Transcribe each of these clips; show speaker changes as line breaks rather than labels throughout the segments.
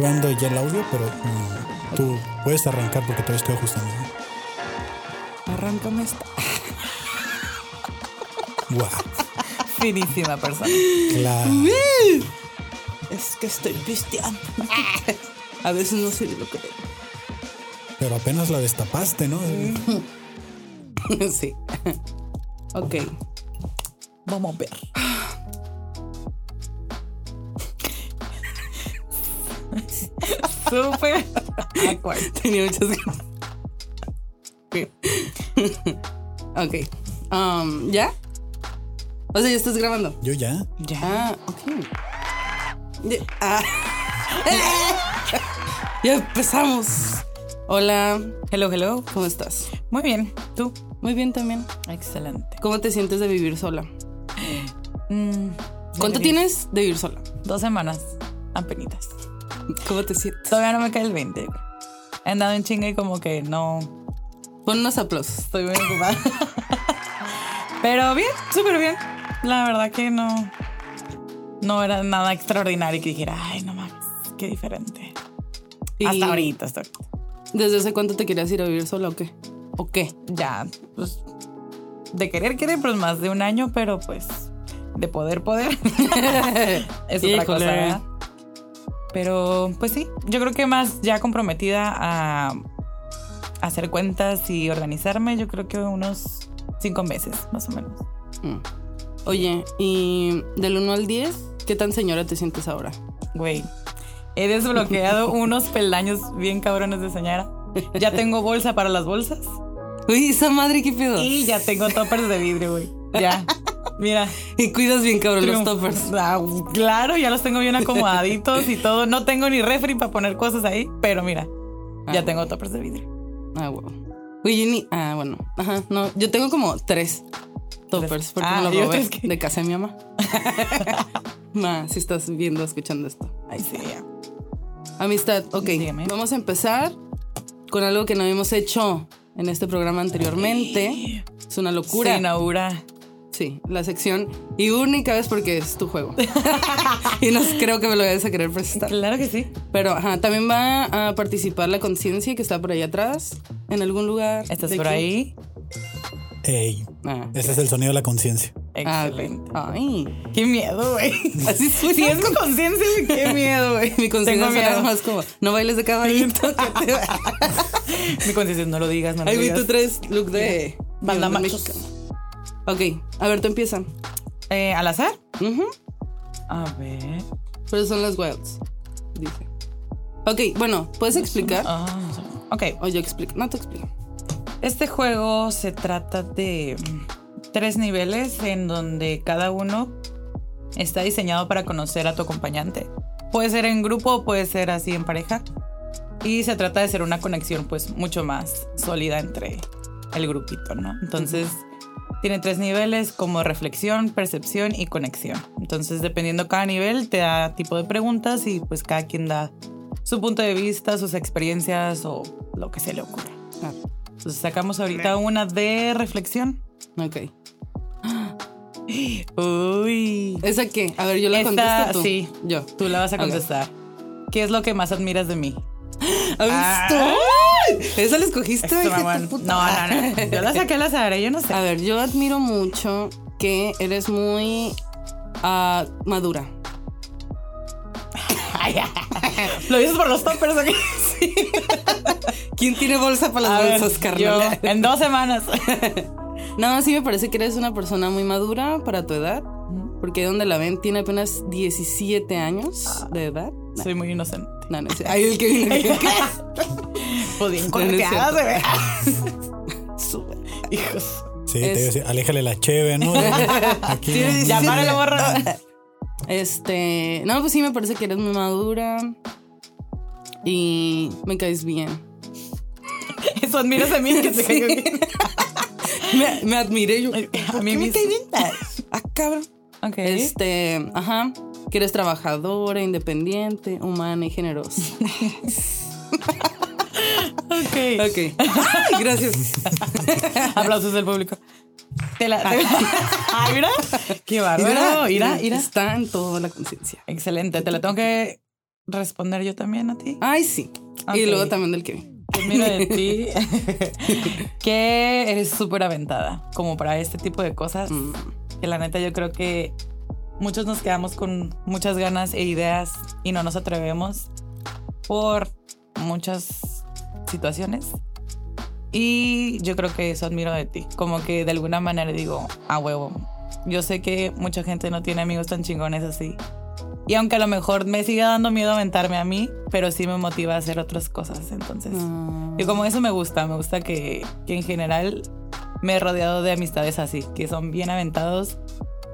dando ya el audio, pero mm, tú puedes arrancar porque todavía estoy ajustando.
Arráncame esta.
Guau,
Finísima persona.
claro.
Es que estoy pisteando. A veces no sé lo que
Pero apenas la destapaste, ¿no?
Sí. Ok. Vamos a ver. Súper. Tenía muchas ganas. Ok. Um, ¿Ya? O sea, ya estás grabando.
Yo ya.
Ya, ok. Ya, ah. Ya empezamos. Hola, hello, hello, ¿cómo estás?
Muy bien, tú.
Muy bien también.
Excelente.
¿Cómo te sientes de vivir sola?
Mm,
¿Cuánto
alegría.
tienes de vivir sola?
Dos semanas, apenitas.
¿Cómo te sientes?
Todavía no me cae el 20. güey. He andado en chinga y como que no
Pon unos aplausos.
estoy muy ocupada. Pero bien, súper bien. La verdad que no. No era nada extraordinario que dijera, ay, no más, qué diferente.
Y-
Hasta ahorita, hasta ahorita.
¿Desde hace cuánto te querías ir a vivir sola o qué? ¿O qué?
Ya, pues. De querer, querer, pues más de un año, pero pues. De poder, poder. es
Híjole.
otra cosa, ¿verdad? Pero, pues sí, yo creo que más ya comprometida a hacer cuentas y organizarme, yo creo que unos cinco meses, más o menos.
Mm. Oye, y del 1 al 10, ¿qué tan señora te sientes ahora?
Güey, he desbloqueado unos peldaños bien cabrones de señora. Ya tengo bolsa para las bolsas
Uy, esa madre, qué pedo. Y,
y ya tengo toppers de vidrio, güey. Ya, mira.
cuidas bien, cabrón, los
Triunfo.
toppers.
Ah, claro, ya los tengo bien acomodaditos y todo. No tengo ni refri para poner cosas ahí, pero mira, ya
Ah.
tengo toppers de vidrio.
Ah, huevo. Oye, Jenny, ah, bueno. Ajá, no. Yo tengo como tres toppers
Tres.
porque
Ah,
me
¿y
los robé
otros qué?
de casa de mi mamá. Ma, si estás viendo, escuchando esto.
Ahí sí, ya.
Amistad, ok.
Dígame.
Vamos a empezar con algo que no habíamos hecho en este programa anteriormente. Es una locura.
Se inaugura.
Sí, la sección. Y única vez porque es tu juego. y no creo que me lo vayas a querer presentar.
Claro que sí.
Pero ajá, también va a participar la conciencia que está por ahí atrás, en algún lugar.
Estás
de
por
aquí.
ahí.
Ey,
Ah.
ese es el sonido de la conciencia.
Ah,
Excelente.
Ay.
Qué miedo, güey.
Así suena.
Si es con conciencia, güey, qué miedo, güey.
Mi conciencia
Tengo
suena
miedo.
más como, no bailes de caballito. que te va.
Mi conciencia es, no lo digas, no lo
Ay, güey,
digas.
tú traes look de...
Banda
de
machos.
mexicano. Ok, a ver, tú empieza.
Eh, ¿Al azar?
Ujú.
A ver.
Pero son las wilds, dice. Ok, bueno, ¿puedes explicar?
Ah, no sé. ok.
O yo explico. No te explico.
Este juego se trata de mm, tres niveles en donde cada uno está diseñado para conocer a tu acompañante. Puede ser en grupo o puede ser así en pareja. Y se trata de ser una conexión pues mucho más sólida entre el grupito, ¿no? Entonces tiene tres niveles como reflexión, percepción y conexión. Entonces dependiendo cada nivel te da tipo de preguntas y pues cada quien da su punto de vista, sus experiencias o lo que se le ocurra.
Ah,
Entonces sacamos ahorita una de reflexión.
ok.
Uy.
¿Esa qué? A ver, yo la
Esta,
contesto tú.
sí.
Yo.
Tú la vas a
Ok.
contestar. ¿Qué es lo que más admiras de mí?
¿Has visto?
Ah.
¿Esa la escogiste?
Esto,
Ay, qué
mamón.
puta
No, no,
madre. Ah.
no. Yo la saqué al azar, ¿eh? yo no sé.
A ver, yo admiro mucho que eres muy ah, madura.
Lo dices por los toppers aquí.
¿Quién tiene bolsa para
A
las
ver,
bolsas,
yo,
carnal?
en dos semanas.
No, sí me parece que eres una persona muy madura para tu edad. Porque ahí donde la ven tiene apenas 17 años de edad.
Soy muy inocente.
No, no sé. Ay, el que viene.
Pues bien
No, no es
corteada
cierto.
se ve. Hijos.
Sí, te iba
Es-
a decir, aléjale la cheve, ¿no? Aquí no-
Sí,
Ya
sí.
para la borra.
Este, no, pues sí, me parece que eres muy madura y me caes bien.
Eso admiras a mí que te caigo bien.
Me, me admiré yo.
A mí misma.
Ah, cabrón.
Ok.
Este, ajá, que eres trabajadora, independiente, humana y generosa.
Ok.
Ok. Ay, gracias.
Aplausos del público. Te la. te- Ay, mira. Qué bárbaro. Mira, mira.
Está en toda la conciencia.
Excelente. Te la tengo que responder yo también a ti.
Ay, sí. Y
Ok.
luego también del Kevin.
Pues mira de ti que eres súper aventada, como para este tipo de cosas.
Mm.
Que la neta yo creo que muchos nos quedamos con muchas ganas e ideas y no nos atrevemos por muchas situaciones. Y yo creo que eso admiro de ti. Como que de alguna manera digo, a huevo. Yo sé que mucha gente no tiene amigos tan chingones así. Y aunque a lo mejor me siga dando miedo aventarme a mí, pero sí me motiva a hacer otras cosas. Entonces,
Ah.
y como eso me gusta, me gusta que, que en general me he rodeado de amistades así, que son bien aventados,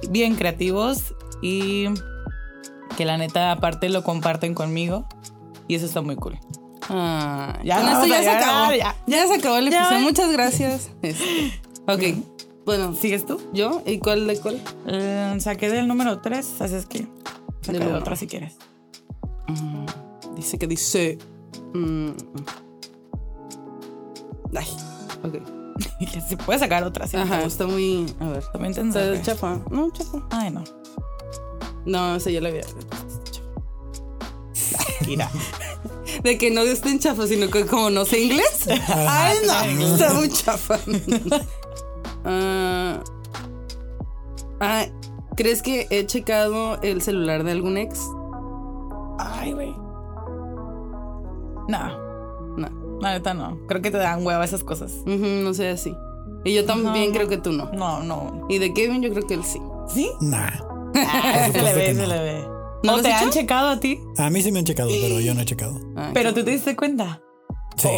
bien creativos y que la neta aparte lo comparten conmigo y eso está muy cool.
Ah,
Ya
con
vamos
esto ya
a
se
llegar,
acabó. Ya.
ya.
se acabó el
Ya.
episodio. Muchas gracias. Este, Ok. Bueno, sí.
¿Sigues tú?
¿Yo? ¿Y cuál de cuál?
Eh, saqué del número 3, así es que saca
Del
de
uno.
otra si quieres.
Mm, Dice que dice. mm, Ay, ok.
Y que si puedes sacar otra si
Ajá,
te gusta.
está muy. A ver.
Está muy
Está
intensa. ok.
chafa. No, chafa.
Ay, no.
No, o sea, yo la había.
Mira.
De que no estén chafas, sino que como no sé inglés.
Ah,
Ay, no. Está muy chafa. Ah, ah, ¿Crees que he checado el celular de algún ex?
Ay, güey. No,
No.
la neta no. Creo que te dan hueva esas cosas.
Ujú, no sé así. Y yo también creo que tú no.
No, no.
Y de Kevin, yo creo que él sí.
¿Sí?
Nah.
se le
supuesto que
ve,
no.
se le ve.
¿No
¿O
lo
te
has
han
hecho?
checado a ti?
A mí sí me han checado, pero yo no he checado.
Ay,
Pero tú te diste cuenta.
Sí.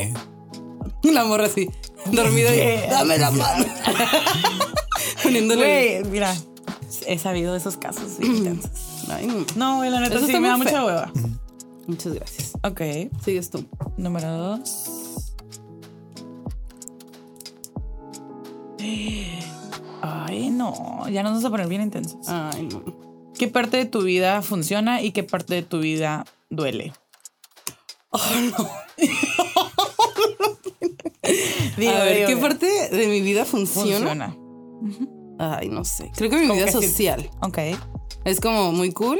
La morra así, dormida y
Yeah.
dame la mano. Poniéndole.
Güey, mira, he sabido de esos casos bien intensos.
Ay, no.
No, güey, la neta
Eso
sí
está
me da
muy
mucha
feo.
hueva.
Muchas gracias.
Ok,
Sigues tú.
número dos. Ay, no, ya nos vamos a poner bien intensos.
Ay, no.
¿Qué parte de tu vida funciona y qué parte de tu vida duele? Oh, no.
A ver, ¿qué parte de mi vida funciona?
funciona?
Ay, no sé. Creo que mi
Como
vida
que sí.
social
Ok.
es como muy cool,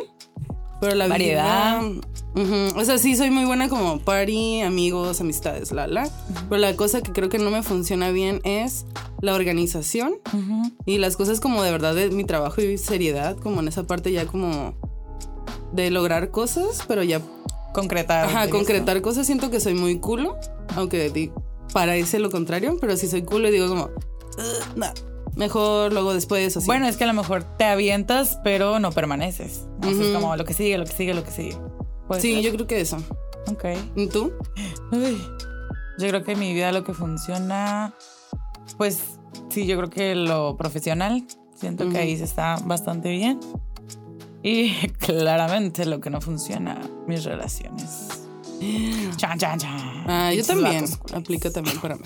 pero la
Variedad.
vida- Ujú. O sea, sí soy muy buena como party, amigos, amistades, la la. Pero la cosa que creo que no me funciona bien es la organización.
Ujú.
Y las cosas como de verdad de mi trabajo y seriedad, como en esa parte ya como de lograr cosas, pero ya,
Concretar.
ajá,
dirías, ¿no?
concretar cosas, siento que soy muy culo, aunque di- parece lo contrario, pero sí soy culo y digo como, "Ugh, nah, mejor luego después o así.
Bueno, es que a lo mejor te avientas, pero no permaneces. O sea, es
Ujú.
como lo que sigue, lo que sigue, lo que sigue. Puede
sí,
ser.
yo creo que eso.
Ok.
¿Y tú?
Uy, Yo creo que en mi vida lo que funciona, pues sí, yo creo que lo profesional, siento
Ujú.
que ahí se está bastante bien. Y claramente lo que no funciona, mis relaciones. Chan, chan, chan.
Ah, yo
Pinches
también.
vatos culeros.
Aplica también para mí.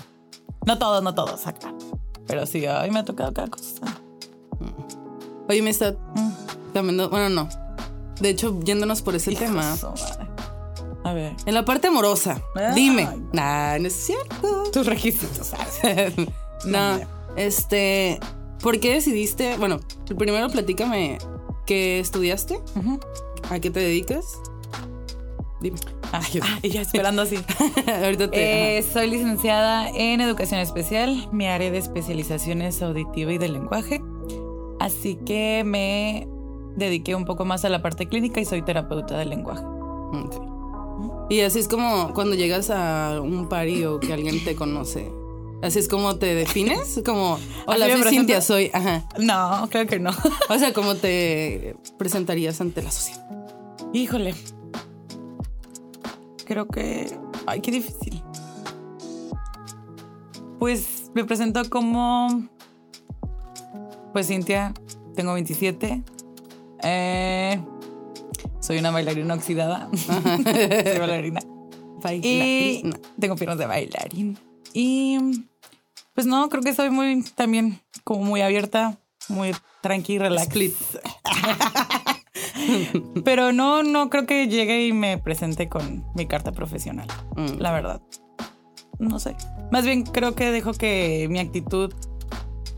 No todos, no todos, acá. Pero sí, hoy me ha tocado cada cosa.
Oye, me está
Mm.
cambiando, bueno, no. De hecho, yéndonos por ese tema.
Hijo de su madre. A ver.
En la parte amorosa,
Ah.
dime. Nah, no es cierto.
Tus requisitos, ah, ¿sabes?
no,
hombre.
este, ¿por qué decidiste? Bueno, primero platícame qué estudiaste,
Ujú.
a qué te dedicas. Dime.
Ay, y ya esperando así.
Ahorita te.
Eh, soy licenciada en educación especial. Mi área de especialización es auditiva y del lenguaje. Así que me dediqué un poco más a la parte clínica y soy terapeuta del lenguaje.
ajá, ok. Mm, Y así es como cuando llegas a un party o que alguien te conoce. Así es como te defines, como hola,
Así me
soy
presento.
Cintia, soy, ajá.
No, creo que no.
O sea, cómo te presentarías ante la sociedad.
Híjole. Creo que. Ay, qué difícil. Pues me presento como. Pues Cintia, tengo 27. Eh, soy una bailarina oxidada. soy bailarina. Y
Bailarina.
tengo piernas de bailarín. Y pues no, creo que soy muy también como muy abierta, muy tranqui y relax.
Split.
Pero no, no creo que llegue y me presente con mi carta profesional,
Mm.
la verdad. No sé. Más bien creo que dejo que mi actitud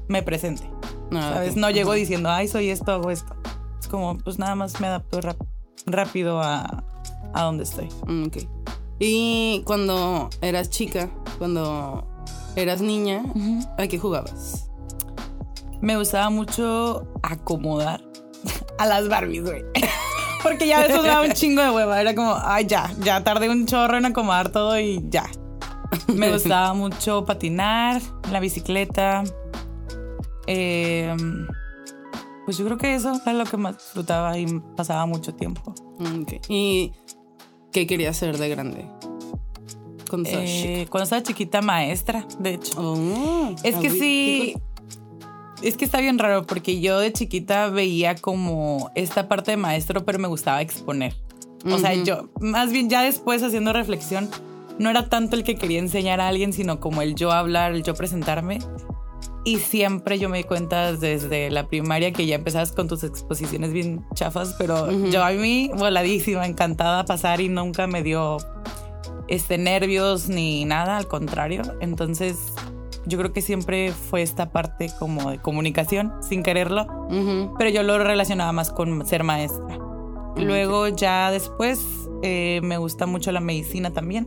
me presente.
Ah,
¿Sabes?
ok.
No llego diciendo, ay, soy esto, hago esto. Es como, pues nada más me adapto rap- rápido a, a donde estoy.
Mm, ok. Y cuando eras chica, cuando eras niña, ¿a qué jugabas?
Me gustaba mucho acomodar a las Barbies, güey. Porque ya eso daba un chingo de hueva. Era como, ay, ya, ya tardé un chorro en acomodar todo y ya. Me gustaba mucho patinar, la bicicleta. Eh, pues yo creo que eso era lo que más disfrutaba y pasaba mucho tiempo.
Mm, ok. ¿Y qué querías ser de grande? Cuando estabas
Eh,
chica.
cuando estaba chiquita, maestra, de hecho.
Oh, ah,
Es que
güey,
sí.
qué
Es que está bien raro porque yo de chiquita veía como esta parte de maestro, pero me gustaba exponer. O sea,
Ujú.
yo, más bien ya después haciendo reflexión, no era tanto el que quería enseñar a alguien, sino como el yo hablar, el yo presentarme. Y siempre yo me di cuenta desde la primaria que ya empezabas con tus exposiciones bien chafas, pero
Ujú.
yo a mí voladísima, encantada a pasar y nunca me dio este, nervios ni nada, al contrario. Entonces, yo creo que siempre fue esta parte como de comunicación, sin quererlo,
cool. Ujú.
pero yo lo relacionaba más con ser maestra. Luego ya después eh, me gusta mucho la medicina también.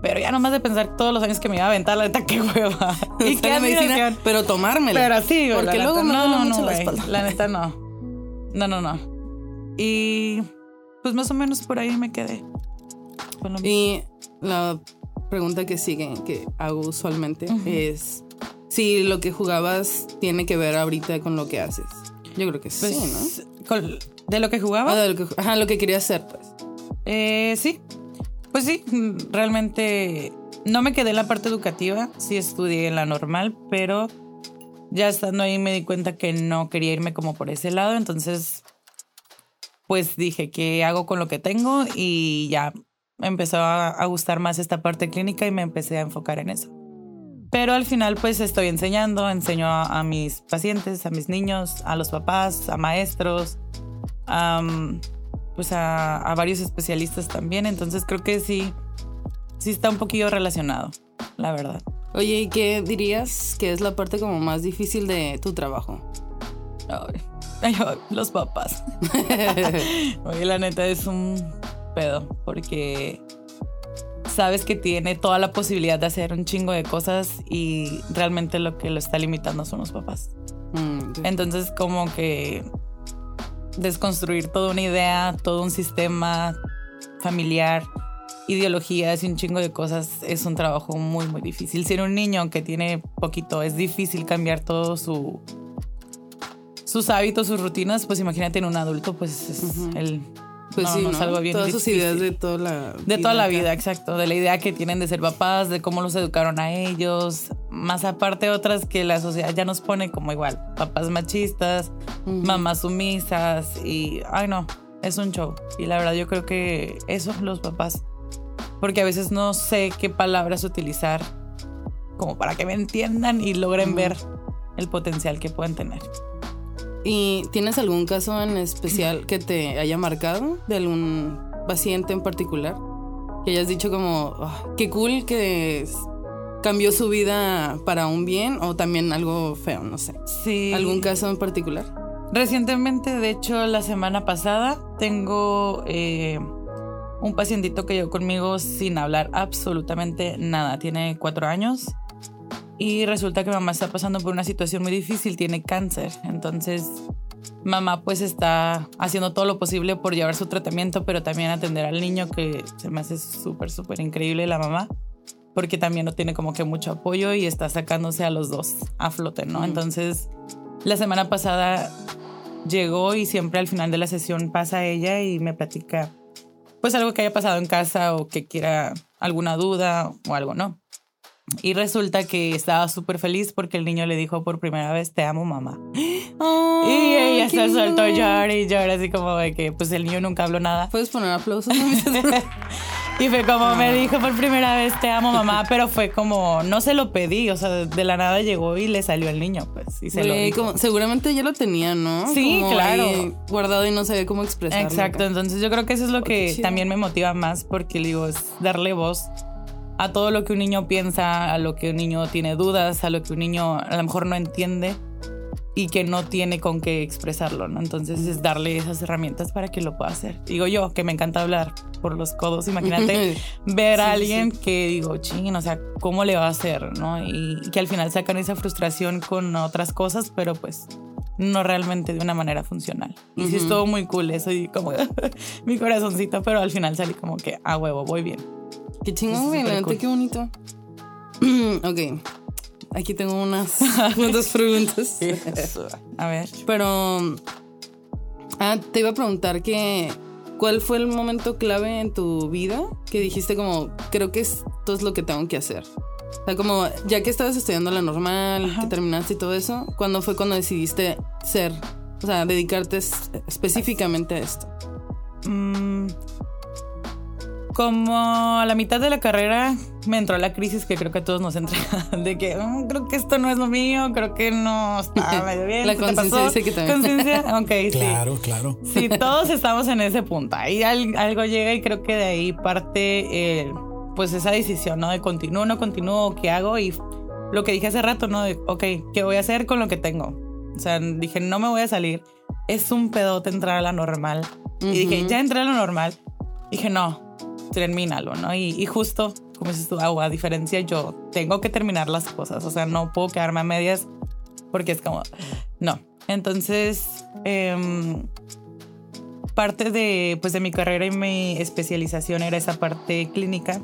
Pero ya nomás de pensar todos los años que me iba a aventar, la neta, qué hueva.
Y
qué
qué medicina,
admiración.
pero tomármela.
Pero sí, güey,
Porque
la
luego
neta,
me duele mucho la
güey,
espalda.
La neta no. No, no, no. Y pues más o menos por ahí me quedé. Con lo mismo.
Y la pregunta que sigue, que hago usualmente,
Ujú.
es si lo que jugabas tiene que ver ahorita con lo que haces. Yo creo que
Pues,
sí, ¿no?
col- de lo que
Ah,
jugaba,
de lo que, ajá, lo que quería hacer, pues.
eh, sí. Pues sí, mm, realmente no me quedé en la parte educativa, sí estudié en la normal, pero ya estando ahí me di cuenta que no quería irme como por ese lado, entonces pues dije, ¿qué hago con lo que tengo? Y ya empezó a, a gustar más esta parte clínica y me empecé a enfocar en eso. Pero al final pues estoy enseñando, enseño a, a mis pacientes, a mis niños, a los papás, a maestros, am, pues a, a varios especialistas también, entonces creo que sí, sí está un poquillo relacionado, la verdad.
Oye, ¿y qué dirías que es la parte como más difícil de tu trabajo?
Ay, ay, ay, los papás. Oye, la neta es un pedo porque sabes que tiene toda la posibilidad de hacer un chingo de cosas y realmente lo que lo está limitando son los papás.
Mm, ya.
Entonces, como que desconstruir toda una idea, todo un sistema familiar, ideologías y un chingo de cosas es un trabajo muy, muy difícil. Si eres un niño que tiene poquito, es difícil cambiar todo su sus hábitos, sus rutinas, pues imagínate en un adulto, pues es
Ujú.
el
pues
no,
sí,
no, es
¿no?
algo bien
Todas sus
difícil.
ideas de toda la
De toda la
acá.
vida, exacto. De la idea que tienen de ser papás, de cómo los educaron a ellos. Más aparte otras que la sociedad ya nos pone como igual. Papás machistas,
Ujú.
mamás sumisas y... Ay no, es un show. Y la verdad yo creo que eso los papás. Porque a veces no sé qué palabras utilizar como para que me entiendan y logren
Ujú.
ver el potencial que pueden tener.
¿Y tienes algún caso en especial que te haya marcado de algún paciente en particular? Que hayas dicho como, "Ah, qué cool que es- cambió su vida para un bien o también algo feo, no sé.
Sí.
¿Algún caso en particular?
Recientemente, de hecho, la semana pasada, tengo eh, un pacientito que llegó conmigo sin hablar absolutamente nada. Tiene cuatro años y resulta que mamá está pasando por una situación muy difícil, tiene cáncer. Entonces, mamá pues está haciendo todo lo posible por llevar su tratamiento, pero también atender al niño, que se me hace súper, súper increíble la mamá, porque también no tiene como que mucho apoyo y está sacándose a los dos a flote, ¿no?
Ujú.
Entonces, la semana pasada llegó y siempre al final de la sesión pasa ella y me platica pues algo que haya pasado en casa o que quiera alguna duda o algo, ¿no? Y resulta que estaba súper feliz porque el niño le dijo por primera vez, te amo mamá. Y ella se soltó a llorar y llorar así como de que pues el niño nunca habló nada.
¿Puedes poner aplausos?
Y fue como me dijo por primera vez te amo mamá, pero fue como no se lo pedí, o sea, de la nada llegó y le salió al niño, pues, y se lo
Güey,
dijo.
como- seguramente ya lo tenía, ¿no?
Sí,
Como
claro.
ahí guardado y no sabía cómo expresarlo.
Exacto,
acá.
entonces yo creo que eso es lo
Oh, qué
que
chido.
también me motiva más porque le digo, es darle voz a todo lo que un niño piensa, a lo que un niño tiene dudas, a lo que un niño a lo mejor no entiende. y que no tiene con qué expresarlo, ¿no? Entonces es darle esas herramientas para que lo pueda hacer. Digo yo, que me encanta hablar por los codos, imagínate ver a
Sí,
alguien que digo, ching, o sea, ¿cómo le va a hacer, no? Y que al final sacan esa frustración con otras cosas, pero pues no realmente de una manera funcional. Y sí
Ujú.
estuvo muy cool eso y como mi corazoncito, pero al final salí como que a huevo, voy bien.
Qué
Eso
chingón,
es
güey, la
súper
neta,
cool.
qué bonito. ok. Aquí tengo unas, unas preguntas.
a ver.
Pero. Ah, te iba a preguntar que. ¿Cuál fue el momento clave en tu vida que dijiste, como, creo que esto es lo que tengo que hacer? O sea, como, ya que estabas estudiando la normal,
Ajá.
que terminaste y todo eso, ¿cuándo fue cuando decidiste ser? O sea, dedicarte es- específicamente a esto.
Mm, como a la mitad de la carrera me entró la crisis que creo que a todos nos entra de que "Mm, creo que esto no es lo mío, creo que no está medio bien.
La
¿qué te
conciencia
pasó?
dice que también.
Conciencia, ok, sí.
Claro, claro.
Sí, todos estamos en ese punto. Ahí al- algo llega y creo que de ahí parte eh, pues esa decisión, ¿no? De continúo, no continúo, ¿qué hago? Y lo que dije hace rato, ¿no? De, ok, ¿qué voy a hacer con lo que tengo? O sea, dije, no me voy a salir. Es un pedote entrar a la normal. Y dije,
Ujú.
ya entré a lo normal. Dije, no, termínalo, ¿no? Y, y justo, como dices tú, agua, a diferencia, yo tengo que terminar las cosas. O sea, no puedo quedarme a medias porque es como, no. Entonces, em, parte de, pues, de mi carrera y mi especialización era esa parte clínica,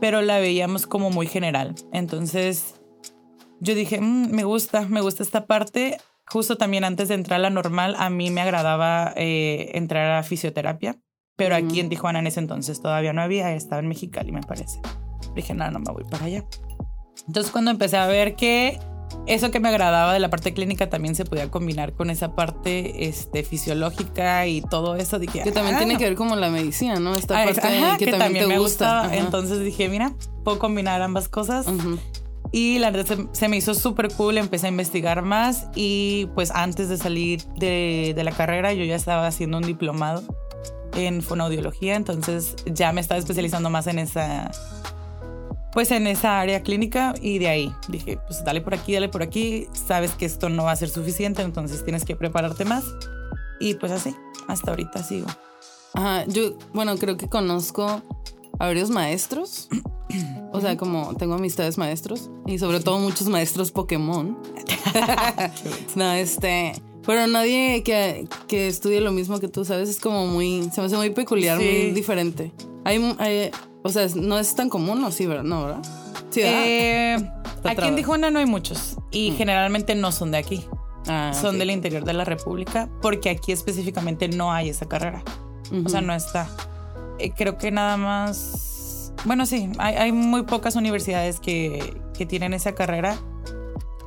pero la veíamos como muy general. Entonces, yo dije, "Mm, me gusta, me gusta esta parte. Justo también antes de entrar a la normal, a mí me agradaba eh, entrar a fisioterapia, pero aquí
Ujú.
en Tijuana en ese entonces todavía no había, estaba en Mexicali, me parece. Dije, no, no me voy para allá. Entonces, cuando empecé a ver que eso que me agradaba de la parte clínica también se podía combinar con esa parte este, fisiológica y todo eso, dije,
Que también
"Ah,
tiene que ver como la medicina, ¿no? Esta
Ah, es-
parte
ajá,
que, también, te
me
gusta.
gustaba.
Ajá.
Entonces dije, mira, puedo combinar ambas cosas.
Ujú.
Y la verdad se, se me hizo súper cool, empecé a investigar más y pues antes de salir de, de la carrera yo ya estaba haciendo un diplomado en fonoaudiología, entonces ya me estaba especializando más en esa, pues en esa área clínica y de ahí dije, pues dale por aquí, dale por aquí, sabes que esto no va a ser suficiente, entonces tienes que prepararte más y pues así, hasta ahorita sigo.
Ajá, yo, bueno, creo que conozco a varios maestros. O sea, como tengo amistades maestros y sobre todo muchos maestros Pokémon. No, este, pero nadie que, que estudie lo mismo que tú, ¿sabes? Es como muy, se me hace muy peculiar,
Sí.
muy diferente. Hay, mu- hay- o sea, es- no es tan común, ¿no? Sí, ¿verdad? No, ¿verdad? Sí, ¿verdad?
Eh, aquí en
trabado.
Tijuana no hay muchos y generalmente no son de aquí.
Ah,
son
ok.
del interior de la República, porque aquí específicamente no hay esa carrera.
Ujú.
O sea, no está. Eh, creo que nada más. Bueno, sí, hay, hay muy pocas universidades que, que tienen esa carrera.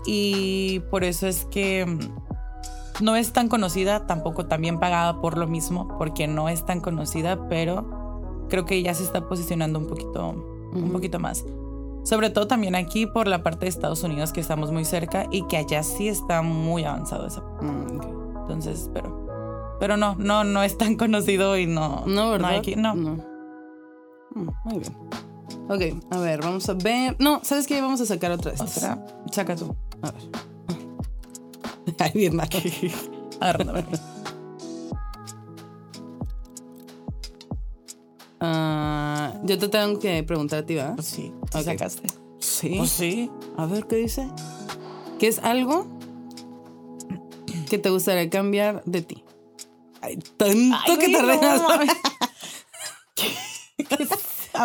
Y por eso es que mm, no es tan conocida, tampoco tan bien pagada por lo mismo, porque no es tan conocida, pero creo que ya se está posicionando un poquito un
Ujú.
poquito más. Sobre todo también aquí por la parte de Estados Unidos que estamos muy cerca y que allá sí está muy avanzado eso.
Mm, ok.
Entonces, pero pero no, no no es tan conocido y no
No, ¿verdad?
hay aquí, no.
Mm, Muy bien. Ok, a ver, vamos a ver. No, ¿sabes qué? Vamos a sacar otra de estas.
Otra, saca tú.
A ver. Ay, bien mal.
A ver, a ver, a ver.
Ah, yo te tengo que preguntar a ti, ¿verdad?
Pues sí, tú
Ok.
sacaste.
Sí.
Pues sí.
A ver, ¿qué dice? ¿Qué es algo que te gustaría cambiar de ti? Ay, tanto
Ay,
que
güey,
tardé
no,
en hacer
mami.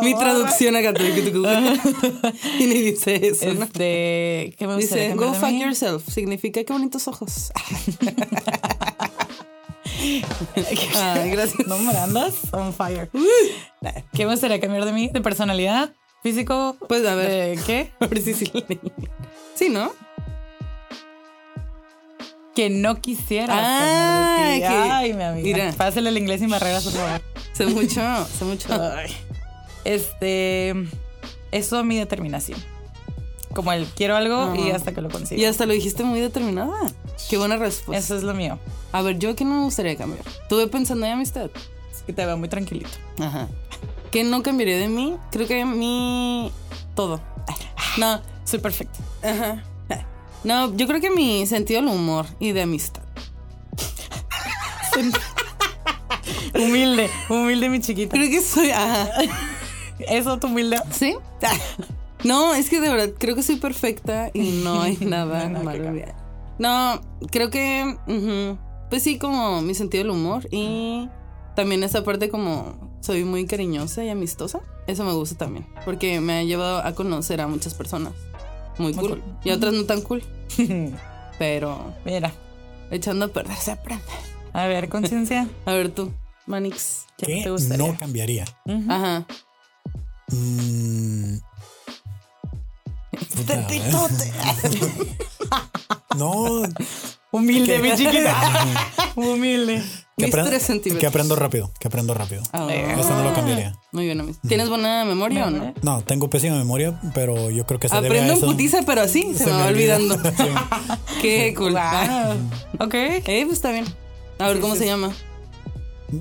Mi
Ahora.
traducción acá. tuc, tuc, tuc. y ni dice eso, ¿no?
Este, ¿qué me gustaría
Dice,
cambiar
go
de
fuck
mí?
yourself. Significa qué bonitos ojos. Ah, gracias.
No me andas on fire. ¿Qué me gustaría cambiar de mí? ¿De personalidad? ¿Físico?
Pues a ver,
¿De qué?
a ver si sí lo leí. Sí, ¿no?
que no quisiera.
Ah,
tener de ti.
que-
Ay, mi amiga.
mira.
Pásale el inglés sin barreras, por favor.
Sé mucho, sé mucho.
Ay. Este. Eso mi determinación. Como el quiero algo y
Ajá.
hasta que lo
Y pues,
consiga.
hasta lo dijiste muy determinada. Qué buena respuesta.
Eso es lo mío.
A ver, yo que no me gustaría cambiar. Estuve pensando en amistad.
Es que te veo muy tranquilito.
Ajá. ¿Qué no cambiaría de mí? Creo que mi. Todo. No.
Soy perfecta.
Ajá. No, yo creo que mi sentido del humor y de amistad.
Humilde, humilde mi chiquita.
Creo que soy. ajá.
Eso tu humildad.
¿Sí? Ah. No, es que de verdad creo que soy perfecta y no hay nada
No, no,
malo.
qué
en mí. No, creo que. ujú, Pues sí, como mi sentido del humor y también esa parte como soy muy cariñosa y amistosa. Eso me gusta también porque me ha llevado a conocer a muchas personas muy,
Muy
cool,
cool.
y a otras no tan cool, pero
Mira,
echando a perder se aprende.
a ver, conciencia,
A ver tú, Manix.
¿qué
¿Qué
te gustaría?
no cambiaría?
Ujú.
Ajá.
Mm, puta,
Tetote.
¿eh? no,
Humilde mi chiquita. Humilde.
que,
Mis
apren-
tres centímetros.
que aprendo rápido, que aprendo rápido.
Ah,
Eso no lo cambiaría.
Muy bien, amigo. ¿Tienes buena memoria o no?
No, tengo pésima memoria, pero yo creo que se debe a
Aprendo en
eso.
putiza, pero así se,
Se
me
me
va
olvida.
olvidando. Qué cool. Ah.
Ok.
Eh, pues está bien. A ver cómo se llama.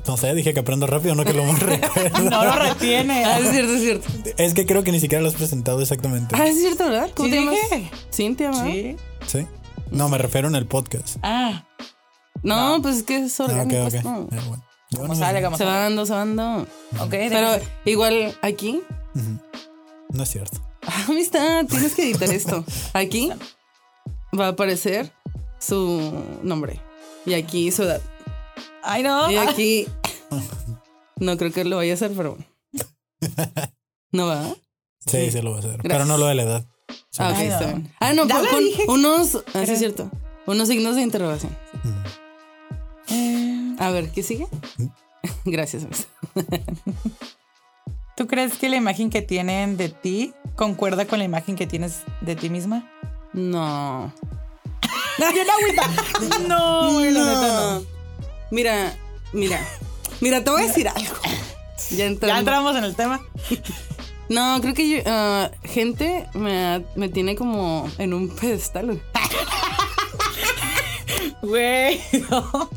No sé, dije que aprendo rápido, no que lo recuerdo.
No lo retiene.
Ah, es cierto, es cierto.
Es que creo que ni siquiera lo has presentado exactamente.
Ah, es cierto, ¿verdad? ¿Cómo
¿Sí
te llamas?
dije?
Cintia, ¿verdad?
Sí.
¿Sí? No, me refiero en el podcast.
Ah,
No, pues es que es
Ah, ok,
orgánico.
ok.
pues, no.
Ah, bueno. Yo no,
como sale,
me-
como
Se va
sale.
dando, se va dando.
Ok,
Pero
déjame-
igual aquí.
no es cierto.
Ah, Amistad, tienes que editar esto. Aquí va a aparecer su nombre. Y aquí su edad.
Ay, no.
Y aquí. No creo que lo vaya a hacer, pero bueno. ¿No va?
Sí, sí, lo voy a hacer. Pero
Gracias.
no lo de la edad.
Ah, ok,
Ay, no.
está bien. Ah, no,
Ya
pero
la
pon
dije.
unos. Ah, sí,
Creo.
es cierto. Unos signos de interrogación.
Eh,
A ver, ¿qué sigue? Gracias. Alex.
¿Tú crees que la imagen que tienen de ti concuerda con la imagen que tienes de ti misma?
No.
No, la neta
No. Mira, mira. Mira, te voy a decir algo. Ya
Ya
entramos.
entramos en el tema.
No, creo que yo, ah, gente me, ha- me tiene como en un pedestal.
Güey. no.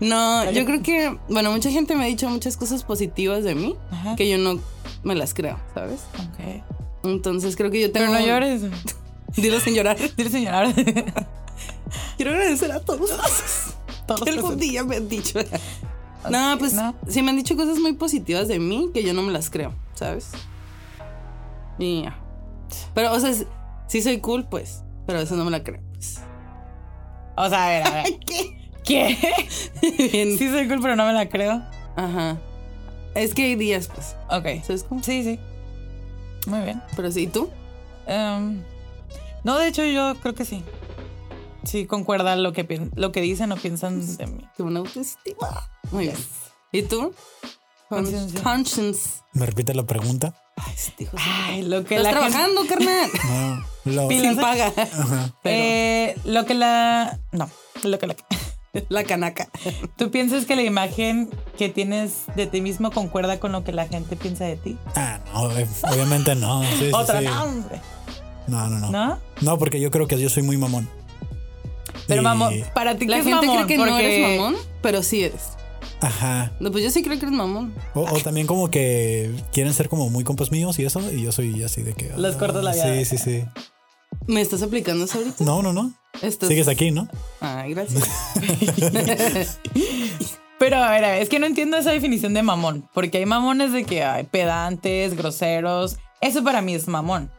No, yo creo que, bueno, mucha gente me ha dicho muchas cosas positivas de mí
Ajá.
que yo no me las creo, ¿sabes?
Ok.
Entonces creo que yo tengo.
Pero no llores.
Dilo sin llorar.
Dile, señora.
Quiero agradecer a todos los
Todos
que algún
presentes.
día me han dicho. No, pues
no.
sí me han dicho cosas muy positivas de mí que yo no me las creo, ¿sabes? Y ya. Pero, o sea, s- sí soy cool, pues, pero eso no me la creo. Pues.
O sea, a ver, a ver. ¿Qué?
Bien.
Sí soy cool, pero no me la creo.
Ajá. Es que hay días, pues,
Ok.
¿sabes cómo?
Sí, sí. Muy bien.
Pero sí, ¿y tú?
Em, no, de hecho, yo creo que sí. Sí, concuerda lo que, pien- lo que dicen o piensan de mí.
Qué buena autoestima. Muy bien. ¿Y tú?
Conciencia.
Conscience.
¿Me repite la pregunta?
Ay, este hijo de-
Ay, lo que
Estás
la gente-
trabajando, carnal.
No, lo-
Sin paga. Pero
Eh, lo que la. No, lo que la.
la canaca.
¿Tú piensas que la imagen que tienes de ti mismo concuerda con lo que la gente piensa de ti?
Ah, no, eh, obviamente no. Sí, sí,
Otra,
sí. Ah,
no, hombre.
No, no, no. No,
¿No?
porque yo creo que yo soy muy mamón.
Pero
Y-
mamón, para ti, ¿qué
La
es
gente
mamón?
cree que no
Porque-
eres mamón, pero sí eres.
Ajá.
No, pues yo sí creo que eres mamón.
O, o también como que quieren ser como muy compas míos y eso, y yo soy así de que...
Los
ah,
cortas la
Sí,
vida.
sí, sí.
¿Me estás aplicando eso ahorita?
No, no, no.
Estás-
Sigues aquí, ¿no?
Ay, gracias.
Pero a ver, a ver, es que no entiendo esa definición de mamón, porque hay mamones de que hay pedantes, groseros. Eso para mí es mamón.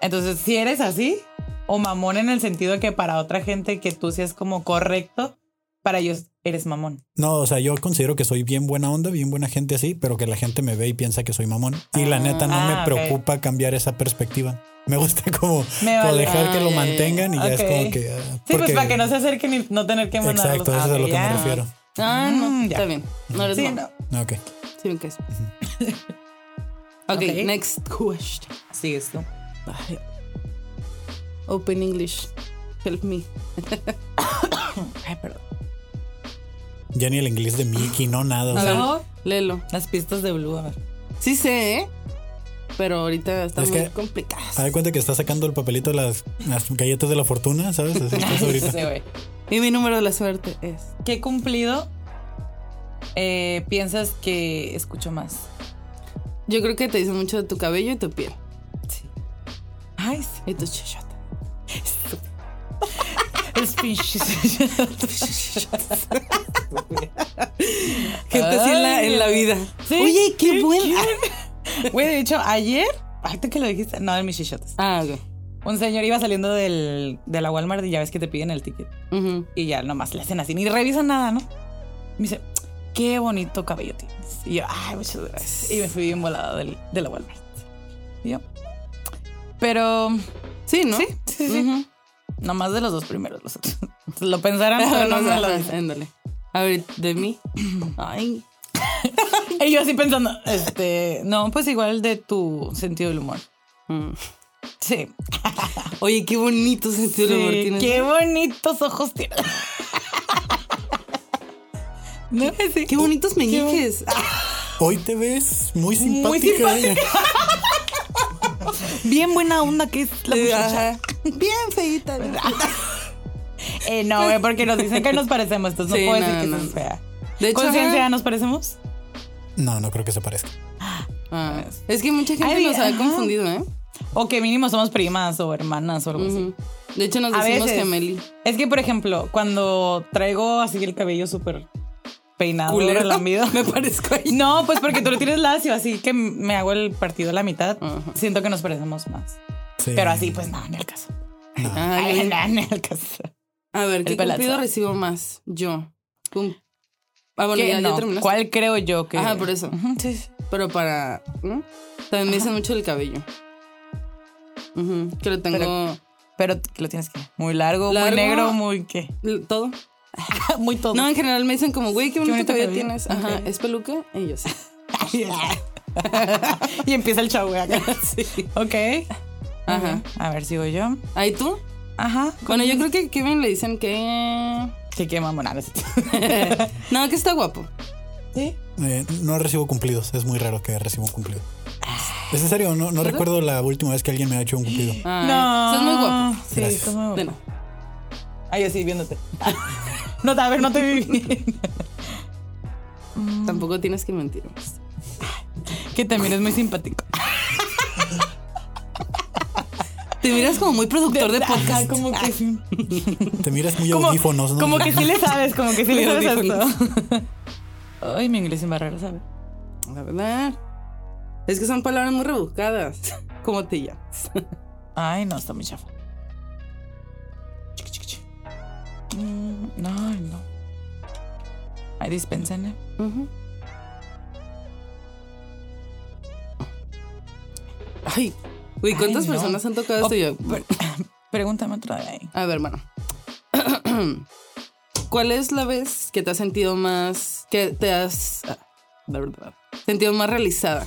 Entonces, si eres así, o mamón en el sentido que para otra gente que tú seas como correcto, para ellos eres mamón.
No, o sea, yo considero que soy bien buena onda, bien buena gente así, pero que la gente me ve y piensa que soy mamón. Y la neta no
Ah,
me
ok.
preocupa cambiar esa perspectiva. Me gusta como,
Me
como
vale.
dejar que
Ah,
lo
ya, ya,
mantengan y ya es
Ok.
como que... ah,
Sí, pues
porque-
para que no se acerquen y no tener que mandarlos.
Exacto, eso
Ah,
es a lo
ok,
que me
ya.
refiero.
Ah, no,
Mm, ya.
está bien. No eres
Sí,
mamón.
no.
Ok.
Sí, bien que es. Okay,
Ok.
next question.
Sigues tú.
Ay. Open English. Help me.
Ay, perdón.
Ya ni el inglés de Mickey, no nada. o
A
sea,
ver, léelo.
Las pistas de Blue, a ver.
Sí sé, ¿eh? pero ahorita están
Es
muy
que-
complicadas.
haz de cuenta que está sacando el papelito de las, las galletas de la fortuna, ¿sabes? Así estás ahorita.
Sí, güey.
Y mi número de la suerte es.
¿Qué cumplido eh, piensas que escucho más?
Yo creo que te dice mucho de tu cabello y tu piel.
Sí.
Y tú, chichota.
Es pinche.
Gente así en la, en la vida. ah.
Sí,
Oye, qué,
qué
buena.
Güey, de hecho, ayer, ahorita que lo dijiste, no, de mis chichotas.
Ah, ok.
Un señor iba saliendo del, de la Walmart y ya ves que te piden el ticket.
Ujú.
Y ya nomás le hacen así, ni revisan nada, ¿no? Me dice, qué bonito cabello tienes. Y yo, ay, muchas gracias. Y me fui bien volada del, de la Walmart. Y yo, pero
Sí, ¿no?
sí, sí, sí.
Ujú.
Nomás de los dos primeros, los otros. Lo pensarán, pero no se
Ajá,
lo
ajá, ándale. A ver, de mí. Ay.
Y yo así pensando, este, no, pues igual de tu sentido del humor.
Mm.
Sí.
Oye, qué bonito sentido del humor
Sí,
tienes.
qué bonitos ojos tienes. no, sí.
Qué bonitos meñiques.
Hoy te ves muy simpática.
Bien buena onda que es la muchacha.
Ajá. Bien feíta. ¿no?
Eh, no, güey, porque nos dicen que nos parecemos, entonces
Sí,
no puedo
no,
decir que
no.
seas fea.
De hecho,
¿Conciencia
ajá.
nos parecemos?
No, no creo que se parezca.
Ah, es que mucha gente
Ay,
nos ha
ajá.
confundido, ¿eh?
O que mínimo somos primas o hermanas o algo así.
Ujú. De hecho, nos
A
decimos
veces.
gemeli.
Es que, por ejemplo, cuando traigo así el cabello súper peinado,
Culero.
relamido.
Me parezco ahí.
No, pues porque tú lo tienes lacio, así que me hago el partido a la mitad.
Ajá.
Siento que nos parecemos más.
Sí.
Pero así, pues no, en el caso.
Ah,
Ay,
bien.
no, en el caso.
a ver, ¿qué
el pelazo.
cumplido recibo más? Yo. Cum- Ah, bueno,
¿Qué?
ya, ya
No,
terminaste.
¿Cuál creo yo que.?
Ajá, por eso.
Ujú, sí, sí.
Pero para. ¿no? También me dicen mucho el cabello. Ujú, Que lo tengo.
Pero lo tienes que. Muy largo,
Largo.
muy negro, muy qué.
l- Todo.
muy todo.
No, en general me dicen como, güey, qué bonito,
bonito
cabello,
cabello.
tienes. Ajá,
Ok.
¿es peluca? Y yo sí.
y empieza el show, güey, acá. Ok.
Ajá.
A ver, sigo yo.
¿Ahí tú?
Ajá.
Bueno, yo creo que a Kevin le dicen que.
Que qué mamona. eres.
no, que está guapo.
¿Sí?
Eh, no recibo cumplidos. Es muy raro que reciba un cumplido.
Ah.
Es en serio, no, no recuerdo la última vez que alguien me ha hecho un cumplido.
Ay,
No.
Estás muy guapo.
Sí,
Gracias.
estás muy guapo.
De nada.
Ay, así, viéndote. no, a ver, no te vi bien. Mm.
Tampoco tienes que mentirnos.
que también es muy simpático.
Te miras como muy productor de
Ajá,
podcast.
como que sí.
Te miras muy
Como,
audífonos, ¿no?
como que sí le sabes, como que sí le
Muy
sabes a
audífonos.
todo. Ay, mi inglés sin barreras, ¿sabes?
La verdad. Es que son palabras muy rebuscadas. ¿Cómo te llamas?
Ay, no, está muy chafa. Chiqui, chiqui, chiqui. Mm, No, ay, no. Ay, dispensen, ¿eh?
Ujú. Ay, uy, ¿cuántas
Ay, no.
personas han tocado
Oh,
esto? Yo,
pre- Pregúntame otra de ahí.
a ver, hermano. ¿Cuál es la vez que te has sentido más, que te has, ah, la verdad, sentido más realizada?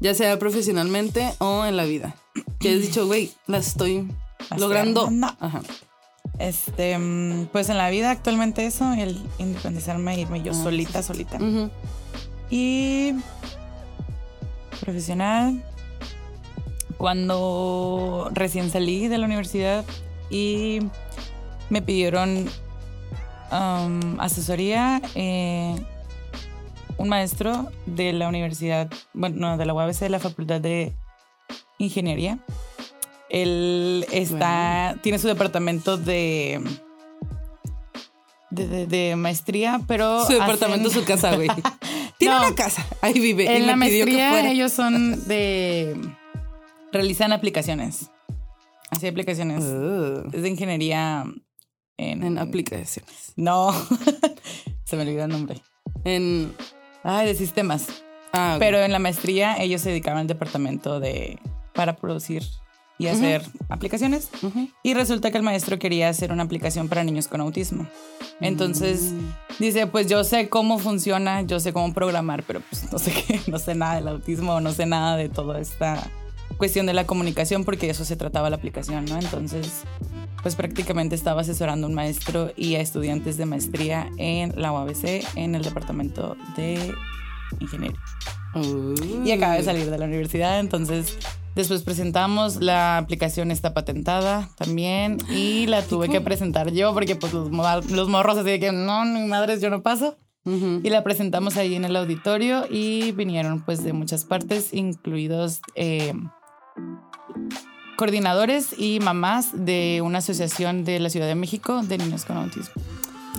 Ya sea profesionalmente o en la vida. Que has dicho, güey, la estoy
estoy
logrando.
armando.
Ajá.
Este, mm, pues en la vida actualmente eso, el independizarme, e irme
Ah,
yo solita, solita.
Ujú.
Y profesional, cuando recién salí de la universidad y me pidieron um, asesoría, eh, un maestro de la universidad, bueno, no, de la UABC, de la Facultad de Ingeniería. Él está, tiene su departamento de... De, de- de maestría, pero...
Su departamento,
hacen-
su casa, güey. Tiene
No.
una casa. Ahí vive. Este, y
en la
me pidió que fuera.
maestría ellos son de... Realizan aplicaciones. Así aplicaciones.
Ah,
Es de ingeniería en...
en aplicaciones.
No. se me olvidó el nombre.
En.
Ay, de sistemas.
Ah, ok.
Pero en la maestría ellos se dedicaban al departamento de... Para producir y hacer aplicaciones.
Ujú.
Y resulta que el maestro quería hacer una aplicación para niños con autismo. Entonces dice, pues yo sé cómo funciona, yo sé cómo programar, pero pues no sé qué, no sé nada del autismo, no sé nada de toda esta cuestión de la comunicación, porque de eso se trataba la aplicación, ¿no? Entonces, pues prácticamente estaba asesorando a un maestro y a estudiantes de maestría en la UABC, en el departamento de ingeniería.
Uh.
Y acaba de salir de la universidad, entonces después presentamos, la aplicación está patentada también y la tuve que presentar yo porque pues los, mo- los morros así de que no, ni madres, yo no paso.
Ujú.
Y la presentamos ahí en el auditorio y vinieron pues de muchas partes, incluidos eh, coordinadores y mamás de una asociación de la Ciudad de México de niños con autismo.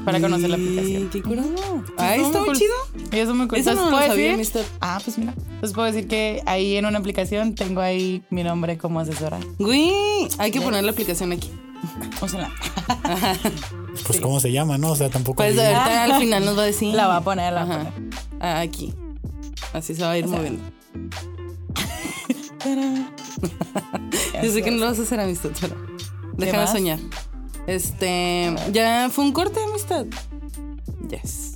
Para conocer la aplicación.
Qué curado.
Ay,
Ay, está muy chido.
Ellos son muy cool.
Eso
¿Sabes
no
puedo
lo sabía,
decir?
mister.
Ah, pues mira. Les puedo decir que ahí en una aplicación tengo ahí mi nombre como asesora.
Güey, hay que poner la aplicación aquí.
Úsenla.
Pues cómo se llama, ¿no? O sea, tampoco.
Pues
¿eh?
digo-
ahorita al final nos va a decir.
La va a poner, la va a
Ajá.
poner.
Ah, Aquí. Así se va a ir
sea,
moviendo.
Tarán.
Yo sé que no lo vas a hacer, amistad, pero déjame
más?
soñar. Este, ya fue un corte, amistad. Yes.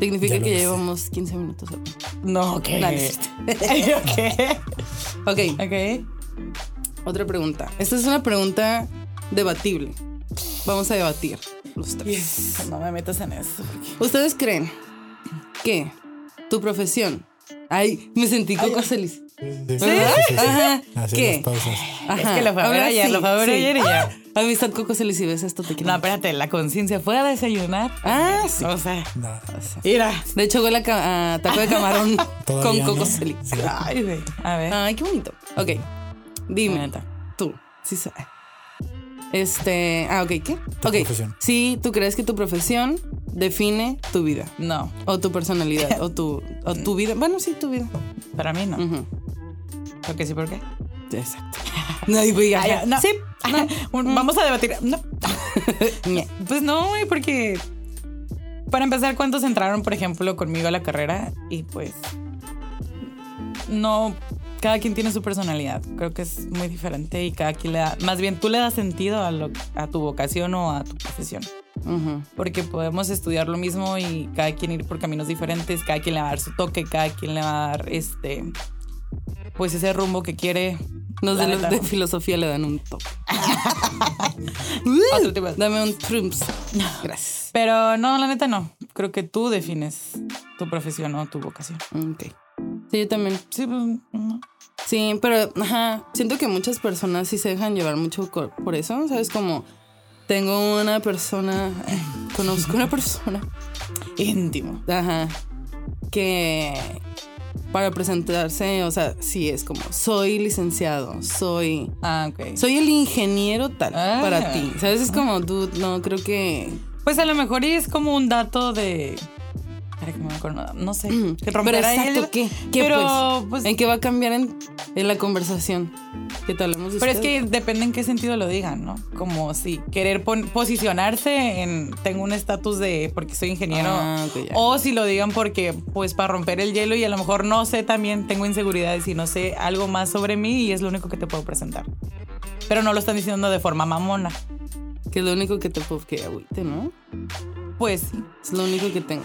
Significa
Ya lo
que ya
hice.
llevamos 15 minutos. apenas.
No, ok.
Nah, no es cierto.
ok.
Ok,
Ok.
otra pregunta. Esta es una pregunta debatible. Vamos a debatir los tres.
No me metas en eso.
¿Ustedes creen que tu profesión... Ay, me sentí con Celis.
Sí, sí,
¿Eh?
sí,
¿Sí?
sí.
Ajá.
Así
¿Qué?
las pausas.
Ajá,
que lo fue a ver
ahora
ayer, lo fue a ver ayer y ya.
¡Ah! Amistad Coco Celis, si ves esto, te quiero.
No, espérate, la conciencia fue a desayunar.
Ah, sí.
O sea,
No,
mira.
De hecho, huele a, ca- a taco de camarón con
todavía
Coco
no.
Celis.
Sí.
Ay, güey. A ver.
Ay, qué bonito. Ok. Dime.
Neta.
Tú. Sí sabes. Este. Ah, ok, ¿qué?
Tu
ok.
profesión.
Si tú crees que tu profesión define tu vida.
No,
O tu personalidad. o tu. O tu vida. Bueno, sí, tu vida.
para mí no.
Ujú.
¿Por qué sí, por qué?
Exacto. No, y voy a-
Ah, ya, no.
Sí.
Un- Vamos a debatir. No.
Ñe.
Pues no, güey, porque. Para empezar, ¿cuántos entraron, por ejemplo, conmigo a la carrera? Y pues. No. Cada quien tiene su personalidad. Creo que es muy diferente y cada quien le da. Más bien, tú le das sentido a, lo, a tu vocación o a tu profesión.
Ujú.
Porque podemos estudiar lo mismo y cada quien ir por caminos diferentes, cada quien le va a dar su toque, cada quien le va a dar este. Pues ese rumbo que quiere.
Los
La
de, los
neta,
de
no.
filosofía le dan un toque.
Otro tipo de-
Dame un trumps. Gracias.
Pero no, la neta no. Creo que tú defines tu profesión o tu vocación.
Ok. Sí, yo también.
Sí, pues, no.
Sí, pero ajá, siento que muchas personas sí se dejan llevar mucho co- por eso, ¿sabes? Como tengo una persona, conozco una persona,
íntimo.
ajá, que para presentarse, o sea, sí es como, soy licenciado, soy,
Ah, ok.
soy el ingeniero tal
Ah.
para ti, ¿sabes? Es como, dude, no, creo que...
Pues a lo mejor y es como un dato de. Para que me acuerdo. No sé. Mm,
Mm,
Que
pero
romperá
exacto,
el-
¿qué? ¿Qué,
pero,
pues?
pues,
¿En qué va a cambiar en, en la conversación? Que te hablamos de
Pero es
ustedes?
que depende en qué sentido lo digan, ¿no? Como si querer pon- posicionarse en tengo un estatus de porque soy ingeniero.
Ah, ok, ya.
o si lo digan porque, pues, para romper el hielo y a lo mejor no sé también, tengo inseguridades y no sé algo más sobre mí y es lo único que te puedo presentar. Pero no lo están diciendo de forma mamona.
Que es lo único que te puedo que agüite, ¿no?
Pues sí.
Es lo único que tengo.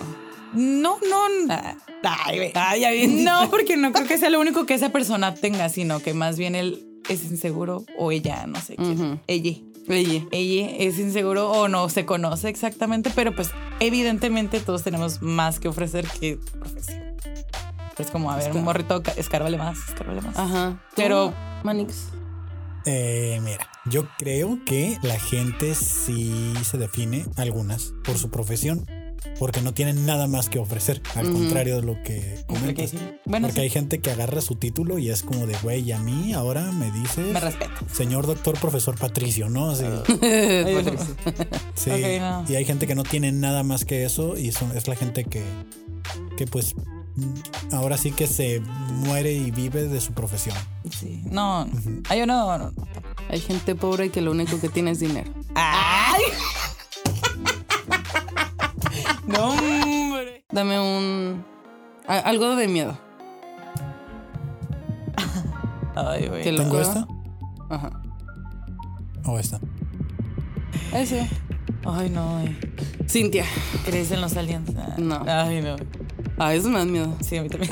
No, no. na- Ay, güey. No, porque no creo que sea lo único que esa persona tenga, sino que más bien él es inseguro o ella, no sé quién.
Ujú.
Ella.
Oye.
ella es inseguro o no se conoce exactamente, pero pues evidentemente todos tenemos más que ofrecer que tu profesión. Es como, a ver,
Está.
un morrito, ca- escárbale más, escárbale más.
Ajá. ¿Tú,
Pero-
Manix.
Eh, mira, yo creo que la gente sí se define, algunas, por su profesión, porque no tienen nada más que ofrecer, al
Ujú.
contrario de lo que
Porque-
comentas.
bueno,
Porque
sí,
hay gente que agarra su título y es como de, güey, a mí ahora me dices
me respeto.
señor doctor profesor Patricio, ¿no? Sí, sí.
ok, no.
Y hay gente que no tiene nada más que eso y son, es la gente que, que pues mm, ahora sí que se muere y vive de su profesión.
Sí. No, hay uno. no, no.
Hay gente pobre que lo único que tiene es dinero.
¡Ay! no, hombre.
Dame un. a- algo de miedo.
Ay, güey.
Que lo-
¿Tengo
Ajá.
esta
Ajá.
o esta?
Eso.
Ay, no, güey.
Cintia.
¿Crees en los aliens? Ah,
No.
Ay, no. Pues
Ah, eso me da miedo.
Sí, a mí también.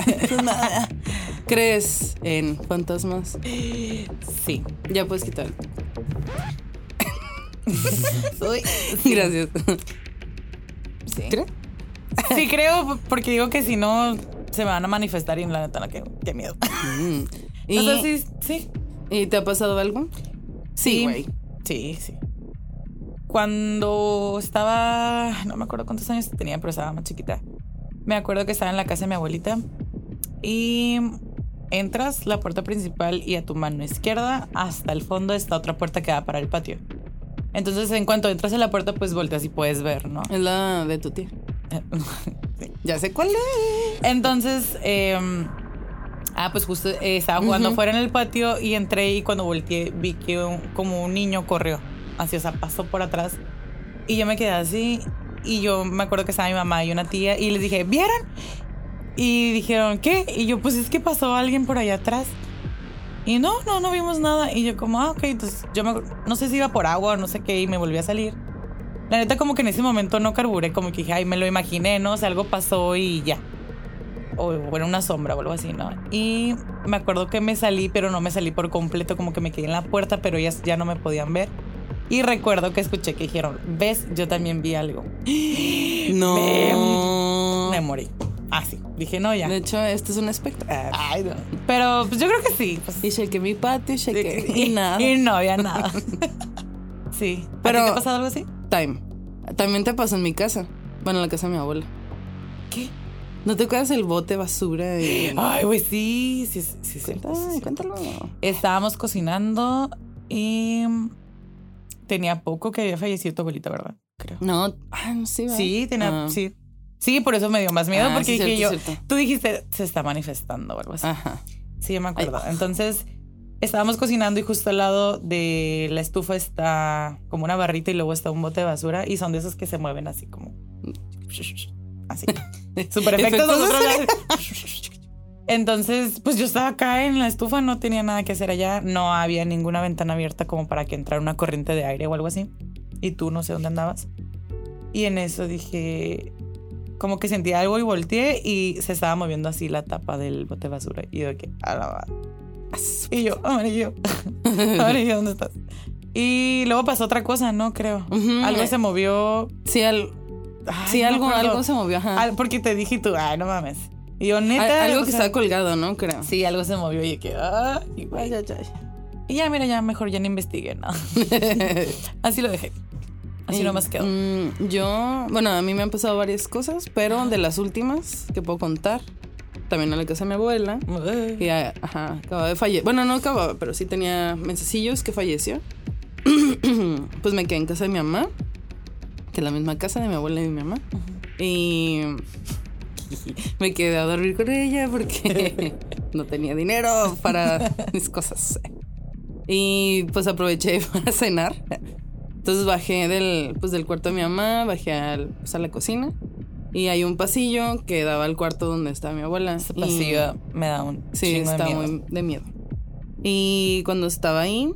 ¿Crees en fantasmas?
sí.
Ya pues, puedes quitar.
Soy.
Gracias.
Sí.
¿Crees?
Sí, creo, porque digo que si no se me van a manifestar y la neta, no, qué, qué miedo.
Mm.
¿Y?
¿Y,
sí.
¿Y te ha pasado algo? Sí, güey.
Sí, sí. Cuando estaba, no me acuerdo cuántos años tenía, pero estaba más chiquita. Me acuerdo que estaba en la casa de mi abuelita y Entras la puerta principal y a tu mano izquierda hasta el fondo está otra puerta que da para el patio. Entonces, en cuanto entras a la puerta, pues volteas y puedes ver, ¿no?
Es la de tu tía. Ya sé cuál es.
Entonces, em, ah, pues justo eh, estaba jugando afuera en el patio y entré y cuando volteé vi que un- como un niño corrió, así, o sea, pasó por atrás y yo me quedé así y yo me acuerdo que estaba mi mamá y una tía y les dije, ¿vieron? Y dijeron, ¿qué? Y yo, pues es que pasó alguien por allá atrás. Y no, no, no vimos nada. Y yo como, ah, ok, entonces yo me, acuer- no sé si iba por agua o no sé qué y me volví a salir. La neta como que en ese momento no carburé, como que dije, ay, me lo imaginé, ¿no? O sea, algo pasó y ya. O bueno, una sombra o algo así, ¿no? Y me acuerdo que me salí, pero no me salí por completo, como que me quedé en la puerta, pero ya, ya no me podían ver. Y recuerdo que escuché que dijeron, ves, yo también vi algo.
No.
Me morí. Así. Dije, no, ya.
De hecho, este es un espectro. Ah,
Ay, no. Pero pues, yo creo que sí. pues,
Y chequé mi patio, chequé. Y nada.
Y no había nada. sí.
Pero-
¿Pero te ha pasado algo así?
Time. También te pasó en mi casa. Bueno, en la casa de mi abuela.
¿Qué?
¿No te acuerdas el bote basura? y-
Ay, güey, sí, sí, sí, sí, cierto, sí,
Ay,
cierto.
cuéntalo.
Estábamos cocinando y tenía poco que había fallecido tu abuelita, ¿verdad? Creo.
No, ah, no sí, ¿verdad?
Sí, tenía,
Ah.
sí. Sí, por eso me dio más miedo,
Ah,
porque
sí,
dije
cierto, Ah.
yo,
cierto.
tú dijiste, se está manifestando o algo así.
Ajá.
Sí, yo me acuerdo. Entonces, estábamos cocinando y justo al lado de la estufa está como una barrita y luego está un bote de basura y son de esos que se mueven así como...
Mm.
Así. Super efectos.
Efectos
nosotros Entonces, pues yo estaba acá en la estufa, no tenía nada que hacer allá, no había ninguna ventana abierta como para que entrara una corriente de aire o algo así. Y tú no sé dónde andabas. Y en eso dije, como que sentí algo y volteé y se estaba moviendo así la tapa del bote de basura. Y yo de que, a la va". Y yo, amarillo, amarillo, ¿dónde estás? Y luego pasó otra cosa, ¿no? Creo.
Ujú.
Algo se movió.
Sí, al-
Ay,
Mm. sí,
no me
algo,
acuerdo.
algo se movió. Ajá.
Al- porque te dije y tú, ay, no mames. Y yo, neta.
Al- algo
o
que
sea,
estaba colgado, ¿no? Creo.
Sí, algo se movió y yo que, ay, güey. Y ya, mira, ya mejor ya no investigué, ¿no? Así lo dejé. Así
Y,
nomás quedó.
mm, yo, bueno, a mí me han pasado varias cosas, pero de las últimas que puedo contar, también a la casa de mi abuela,
Ay.
que ah, ajá, acababa de fallecer. Bueno, no acababa, pero sí tenía mesecillos que falleció. pues me quedé en casa de mi mamá, que es la misma casa de mi abuela y de mi mamá.
mm.
Y me quedé a dormir con ella porque no tenía dinero para mis cosas. Y pues aproveché para cenar. Entonces bajé del, pues, del cuarto de mi mamá, bajé al, pues, a la cocina. Y hay un pasillo que daba al cuarto donde estaba mi abuela.
Ese
Y-
pasillo me da un
Sí,
chingo de
está
miedo.
muy de miedo. Y cuando estaba ahí,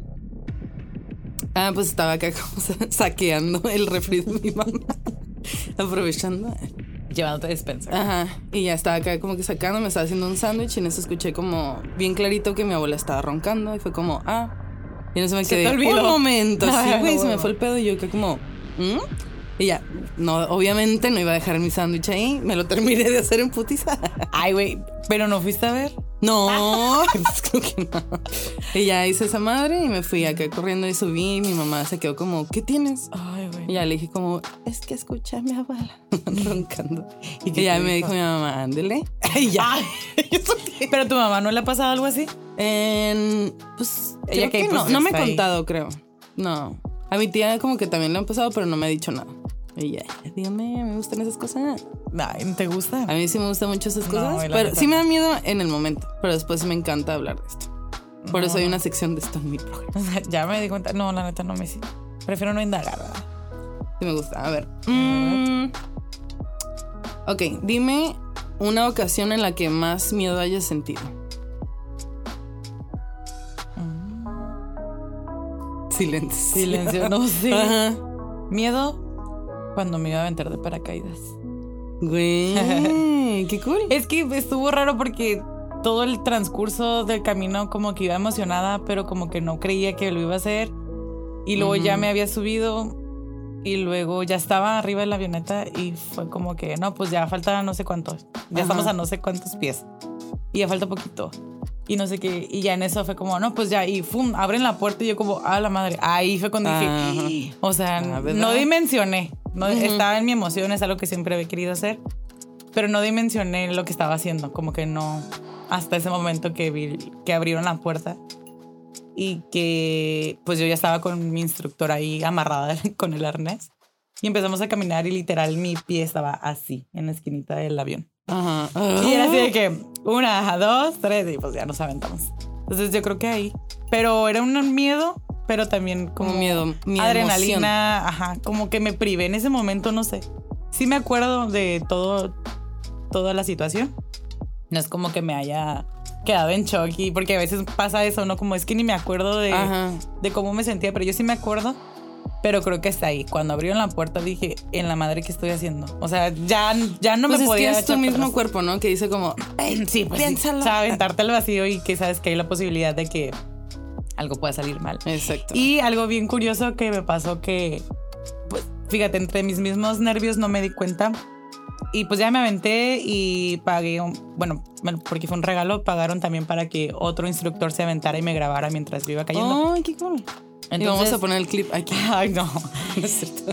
ah, pues estaba acá como sa- saqueando el refri de mi mamá. Aprovechando.
Llevándote despensa.
Ajá. Y ya estaba acá como que sacando, me estaba haciendo un sándwich y en eso escuché como bien clarito que mi abuela estaba roncando y fue como, ah. Y en eso me
Se te
quedé un
olvidó".
momento, sí,
Ay,
güey, se me
huevo.
fue el pedo y yo que como, ¿Mm? Y ya, no, obviamente no iba a dejar mi sándwich ahí, me lo terminé de hacer en putiza.
Ay, güey, pero no fuiste a ver.
No, pues creo que no. Y ya hice esa madre y me fui acá corriendo y subí y mi mamá se quedó como, ¿qué tienes?
Ay,
Y
güey.
ya le dije como, es que escuché a mi abuela roncando.
¿Y
Y,
qué
ya
te
me
dijo?
dijo mi mamá, ándele.
Ay, ya. pero tu mamá no le ha pasado algo así.
En- pues
Ella
ella
que,
que no,
pues,
no me ha
está ahí.
contado, creo. No. A mi tía como que también le han pasado, pero no me ha dicho nada. Y ya, dígame, me gustan esas cosas.
Ay, ¿no te gusta?
A mí sí me gustan mucho esas
No,
cosas,
y la
pero
neta
sí me
no.
da miedo en el momento, pero después sí me encanta hablar de esto. Por eso hay
No.
una sección de esto en mi programa.
ya me di cuenta. No, la neta no me sí. Prefiero no indagar. ¿verdad?
Sí me gusta. A ver.
Mm.
Ok, dime una ocasión en la que más miedo hayas sentido.
Mm.
Silencio.
Silencio, no sé.
Ajá.
Miedo cuando me iba a aventar de paracaídas.
Güey, qué cool.
Es que estuvo raro porque todo el transcurso del camino como que iba emocionada, pero como que no creía que lo iba a hacer. Y luego ya
Ujú.
me había subido y luego ya estaba arriba de la avioneta y fue como que, no, pues ya falta no sé cuánto. Ya
Ajá.
estamos a no sé cuántos pies. Y ya falta poquito. Y no sé qué. Y ya en eso fue como, no, pues ya. Y ¡fum! Abren la puerta y yo como, ah, la madre. Ahí fue cuando
Ajá.
dije, o sea,
Ah, ¿verdad?
no dimensioné. No,
Ujú.
Estaba en mi emoción, es algo que siempre había querido hacer pero no dimensioné lo que estaba haciendo, como que no. hasta ese momento que, vi, que abrieron la puerta y que pues yo ya estaba con mi instructor ahí amarrada con el arnés y empezamos a caminar y literal mi pie estaba así en la esquinita del avión.
Ajá.
Y era así de que una, dos, tres y pues ya nos aventamos. Entonces yo creo que ahí. Pero era un miedo, pero también como
Como miedo, miedo,
adrenalina, ajá, como que me privé en ese momento, no sé. Sí me acuerdo de todo, toda la situación. No es como que me haya quedado en shock y porque a veces pasa eso, ¿no? Como es que ni me acuerdo de,
Ajá.
de cómo me sentía, pero yo sí me acuerdo. Pero creo que está ahí. Cuando abrieron la puerta dije, en la madre que estoy haciendo. O sea, ya, ya no
pues
me
es
podía
que es tu
echar para
mismo
atrás.
cuerpo, ¿no? Que dice como, "Ey,
Sí, pues
piénsalo.
sí. O sea, aventarte al vacío y que sabes que hay la posibilidad de que algo pueda salir mal.
Exacto.
Y algo bien curioso que me pasó que, pues, fíjate, entre mis mismos nervios no me di cuenta. Y pues ya me aventé y pagué, un- bueno, bueno, porque fue un regalo, pagaron también para que otro instructor se aventara y me grabara mientras yo iba cayendo.
Ay, qué cool. Oh, y vamos
Entonces-
a poner el clip aquí.
Ay, no.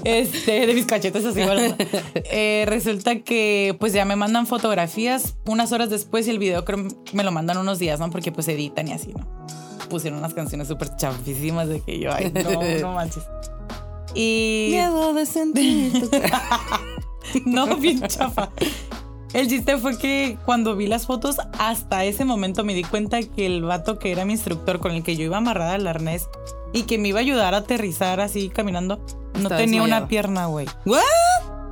Este, de mis cachetes así, bueno. Eh, resulta que pues ya me mandan fotografías unas horas después y el video creo me lo mandan unos días, ¿no? Porque pues editan y así, ¿no? Pusieron unas canciones súper chafísimas de que yo, ay, no, no manches. Y
Miedo de sentir. tu-
no, bien chafa. El chiste fue que cuando vi las fotos, hasta ese momento me di cuenta que el vato que era mi instructor con el que yo iba amarrada al arnés y que me iba a ayudar a aterrizar así caminando, no
Estaba
tenía
desmayado.
una pierna, güey.
¿What?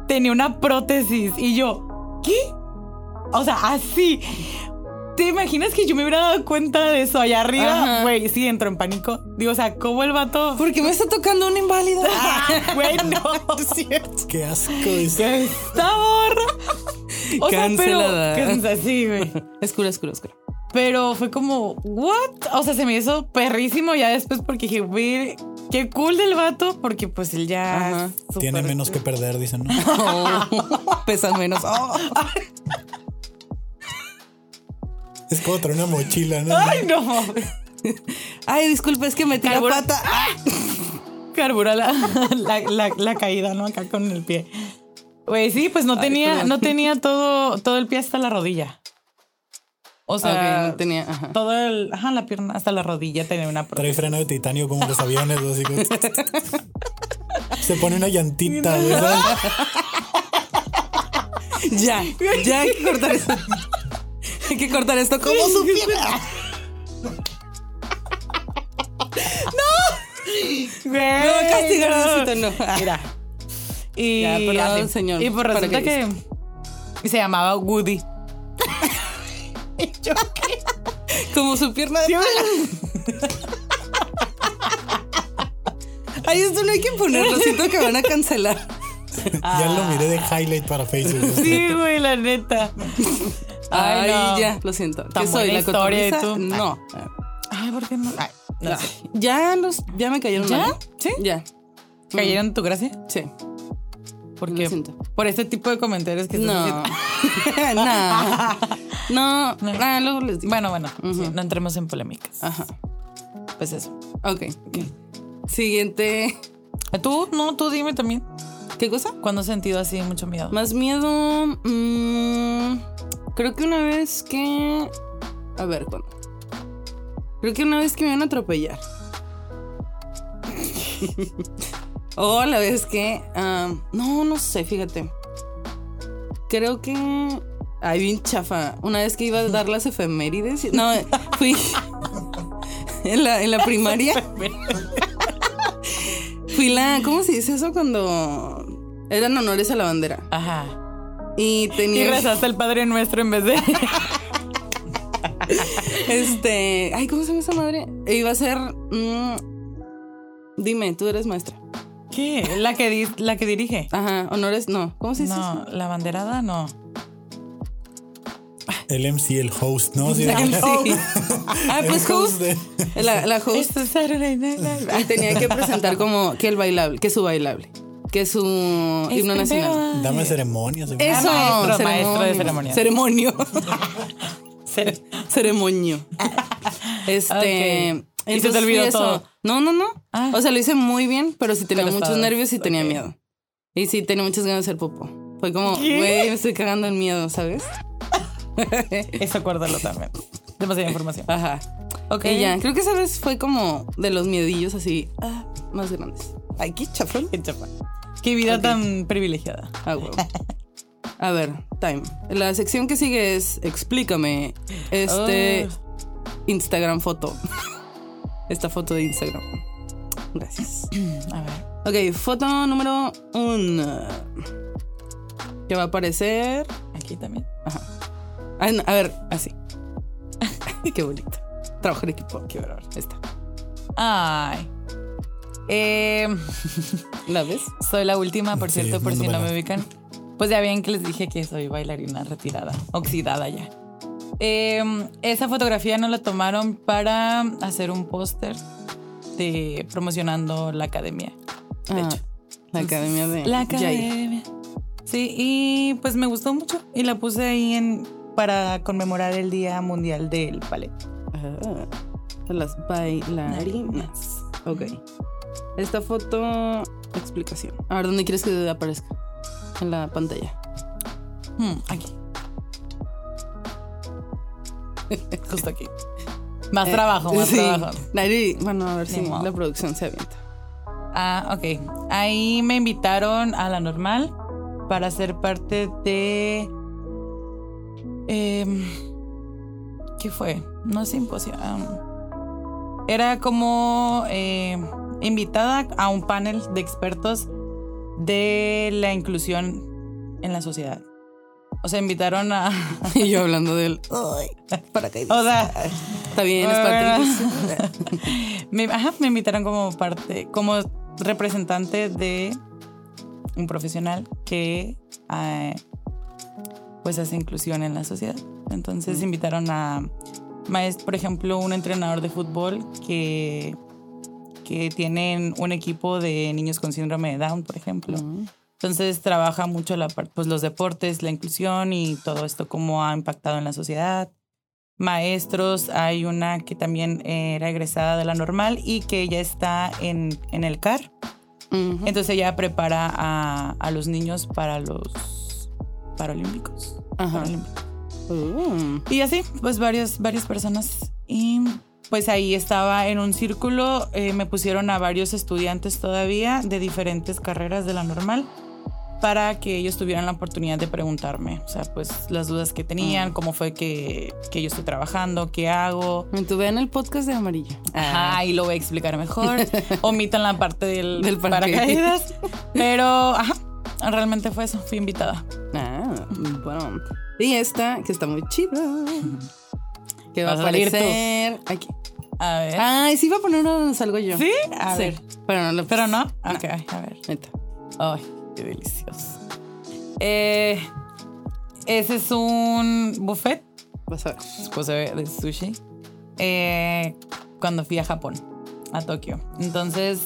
Tenía una prótesis y yo, ¿qué? O sea, así. ¿Te imaginas que yo me hubiera dado cuenta de eso allá arriba?
Ajá.
Güey, sí, entro en pánico. Digo, o sea, ¿cómo el vato?
¿Por qué me está tocando un inválido? Ah,
Güey, no. Es cierto.
Qué asco. dice.
Ya está borra. O sea,
Cancelada.
pero cansa- sí, güey.
Es cura, es cura, es cura.
Pero fue como, ¿what? O sea, se me hizo perrísimo ya después porque dije, güey, qué cool del vato, porque pues él ya.
Ajá.
es súper-
Tiene menos que perder, dicen, ¿no?
Oh, pesa menos. Oh.
Es como traer una mochila, ¿no?
Ay, no.
Ay, disculpe, es que me tiré
Carbura-
pata. Ah.
Carbura la, la, la- la caída, ¿no? Acá con el pie. Güey, sí, pues no
Ay,
tenía,
perdón.
no tenía todo, todo el pie hasta la rodilla. O sea,
Ok, no tenía. Ajá.
todo el, ajá, la pierna hasta la rodilla tenía una
Trae freno de titanio como los aviones, así como- Se pone una llantita, güey, ¿sabes?
Ya, ya hay que cortar esto. Hay que cortar esto como su
Güey,
Me va a castigar,
no.
Diosito, no. Ah,
Mira. Y,
Ya, perdón,
así.
señor,
Y pues
¿para
resulta
qué
que se llamaba Woody. Y yo,
Como su pierna de Ay, esto no hay que ponerlo. Siento que van a cancelar.
Ya lo miré de highlight para Facebook.
sí, güey, la neta.
Ay,
Ay, no.
ya, lo siento.
Tan
¿Qué soy?
buena
¿La
historia de
cotorriza?
tú.
No.
Ay, ¿por qué no? Ay,
Ay, Ah,
no sé.
Ya los, ya me cayeron
¿Ya?
mal.
¿Sí?
Ya, Mm.
¿Cayeron en tu gracia?
sí.
Porque
Lo siento.
por este tipo de comentarios que estás
No.
haciendo.
no. No. Ah, luego les digo.
Bueno, bueno, sí, no entremos en polémicas.
Ajá.
Pues eso.
Ok. Siguiente.
Eh, Tú, no, tú dime también.
¿Qué cosa?
¿Cuándo has sentido así mucho miedo?
Más miedo. mm, creo que una vez que. A ver, ¿cuándo? Creo que una vez que me iban a atropellar. o la vez que. ah, no, no sé, fíjate. Creo que. Ay, bien chafa. Una vez que iba a dar las efemérides. No, fui. en, la, en la primaria. Fui la. ¿Cómo se dice eso cuando.? Eran honores a la bandera.
Ajá.
Y
Y
tenía.
rezaste el Padre Nuestro en vez de.
Este. Ay, ¿cómo se llama esa madre? E Iba a ser. mm, dime, tú eres maestra.
¿Qué? La que, di- la que dirige.
Ajá, honores, no. ¿Cómo se dice? eso?
No, la banderada no.
El MC, el host, ¿no? Sí,
La
el
MC. Ah, pues host.
de-
La, la host.
Esto Este es Saturday Night Live.
Y tenía que presentar como que el bailable, que su bailable, que su himno nacional.
Dame ceremonias. güey.
Eso,
Ah, maestro, maestro de
ceremonia.
ceremonia.
Ceremonio.
Ser-
Ceremonio. Este.
Ok. ¿Y se te olvidó
fui eso.
todo?
No, no, no.
Ah.
O sea, lo hice muy bien, pero sí tenía
Pero
muchos
estabas-
nervios y tenía
ok.
miedo. Y sí tenía muchas ganas de hacer popo. Fue como,
¿Qué?
güey, me estoy cagando en miedo, ¿sabes?
Eso acuérdalo también. demasiada información.
Ajá.
Ok.
Ah, Y ya, creo que esa vez fue como de los miedillos así ah, más grandes.
Ay, qué chafón, qué chafón. Qué vida
Ok.
tan privilegiada.
Ah, huevo. A ver, time. La sección que sigue es Explícame. Este
Ah.
Instagram foto. Esta foto de Instagram. Gracias.
A ver.
Ok, foto número uno. Que va a aparecer.
Aquí también.
Ah, no, A ver, así. Qué bonito. Trabajo en equipo.
Qué horror.
Ahí está.
Ay. Eh,
¿La ves?
soy la última, por
Sí,
cierto, por si no
mándamela.
me ubican. Pues ya bien que les dije que soy bailarina retirada, oxidada ya. Eh, esa fotografía nos la tomaron para hacer un póster de promocionando la academia.
Ah,
hecho.
La academia de.
La
Jai.
academia. Sí, y pues me gustó mucho y la puse ahí en para conmemorar el Día Mundial del Ballet.
Ah, las bailarinas. Ok. Esta foto, explicación. A ver, ¿dónde quieres que aparezca? En la pantalla.
Hmm, aquí. Justo aquí. Más trabajo, más
Eh, Sí.
trabajo.
Nari, bueno, a ver
Ni
si
modo.
la producción se avienta.
Ah, ok. Ahí me invitaron a la normal para ser parte de. em, ¿Qué fue? No es imposible. era como em, invitada a un panel de expertos de la inclusión en la sociedad. O sea, invitaron a.
y yo hablando de él.
O sea,
Está bien, es parte
Bueno.
inclusiva.
Ah. me, ajá, me invitaron como parte, como representante de un profesional que eh, pues hace inclusión en la sociedad. Entonces invitaron a maest- por ejemplo, un entrenador de fútbol que que tienen un equipo de niños con síndrome de Down, por ejemplo. Entonces trabaja mucho la par- pues, los deportes, la inclusión y todo esto, cómo ha impactado en la sociedad. Maestros, hay una que también eh, era egresada de la normal y que ya está en, en el CAR.
Ujú.
Entonces ella prepara a, a los niños para los Paralímpicos.
Ajá.
Paralímpicos.
Uh,
Y así, pues varios, varias personas. Y pues ahí estaba en un círculo, eh, me pusieron a varios estudiantes todavía de diferentes carreras de la normal para que ellos tuvieran la oportunidad de preguntarme, o sea, pues las dudas que
Mm.
tenían, cómo fue que, que yo estoy trabajando, qué hago.
Me tuve en el podcast de amarillo.
Ajá, y lo voy a explicar mejor. Omitan la parte del,
Ah. Del paracaídas.
paracaídas. Pero, ajá, realmente fue eso, fui invitada.
Ah, bueno. Y esta, que está muy chida. Que va a
Vas a salir tú.
aparecer aquí.
A ver.
Ay, sí, va a poner donde salgo yo.
¿Sí? A
Sí,
ver.
Pero no lo
Pero
puse.
no. Ok, a ver.
Neta.
Ay, qué delicioso. Eh, ese es un buffet,
Vas a ver.
pues eh, de sushi, eh, cuando fui a Japón, a Tokio. Entonces,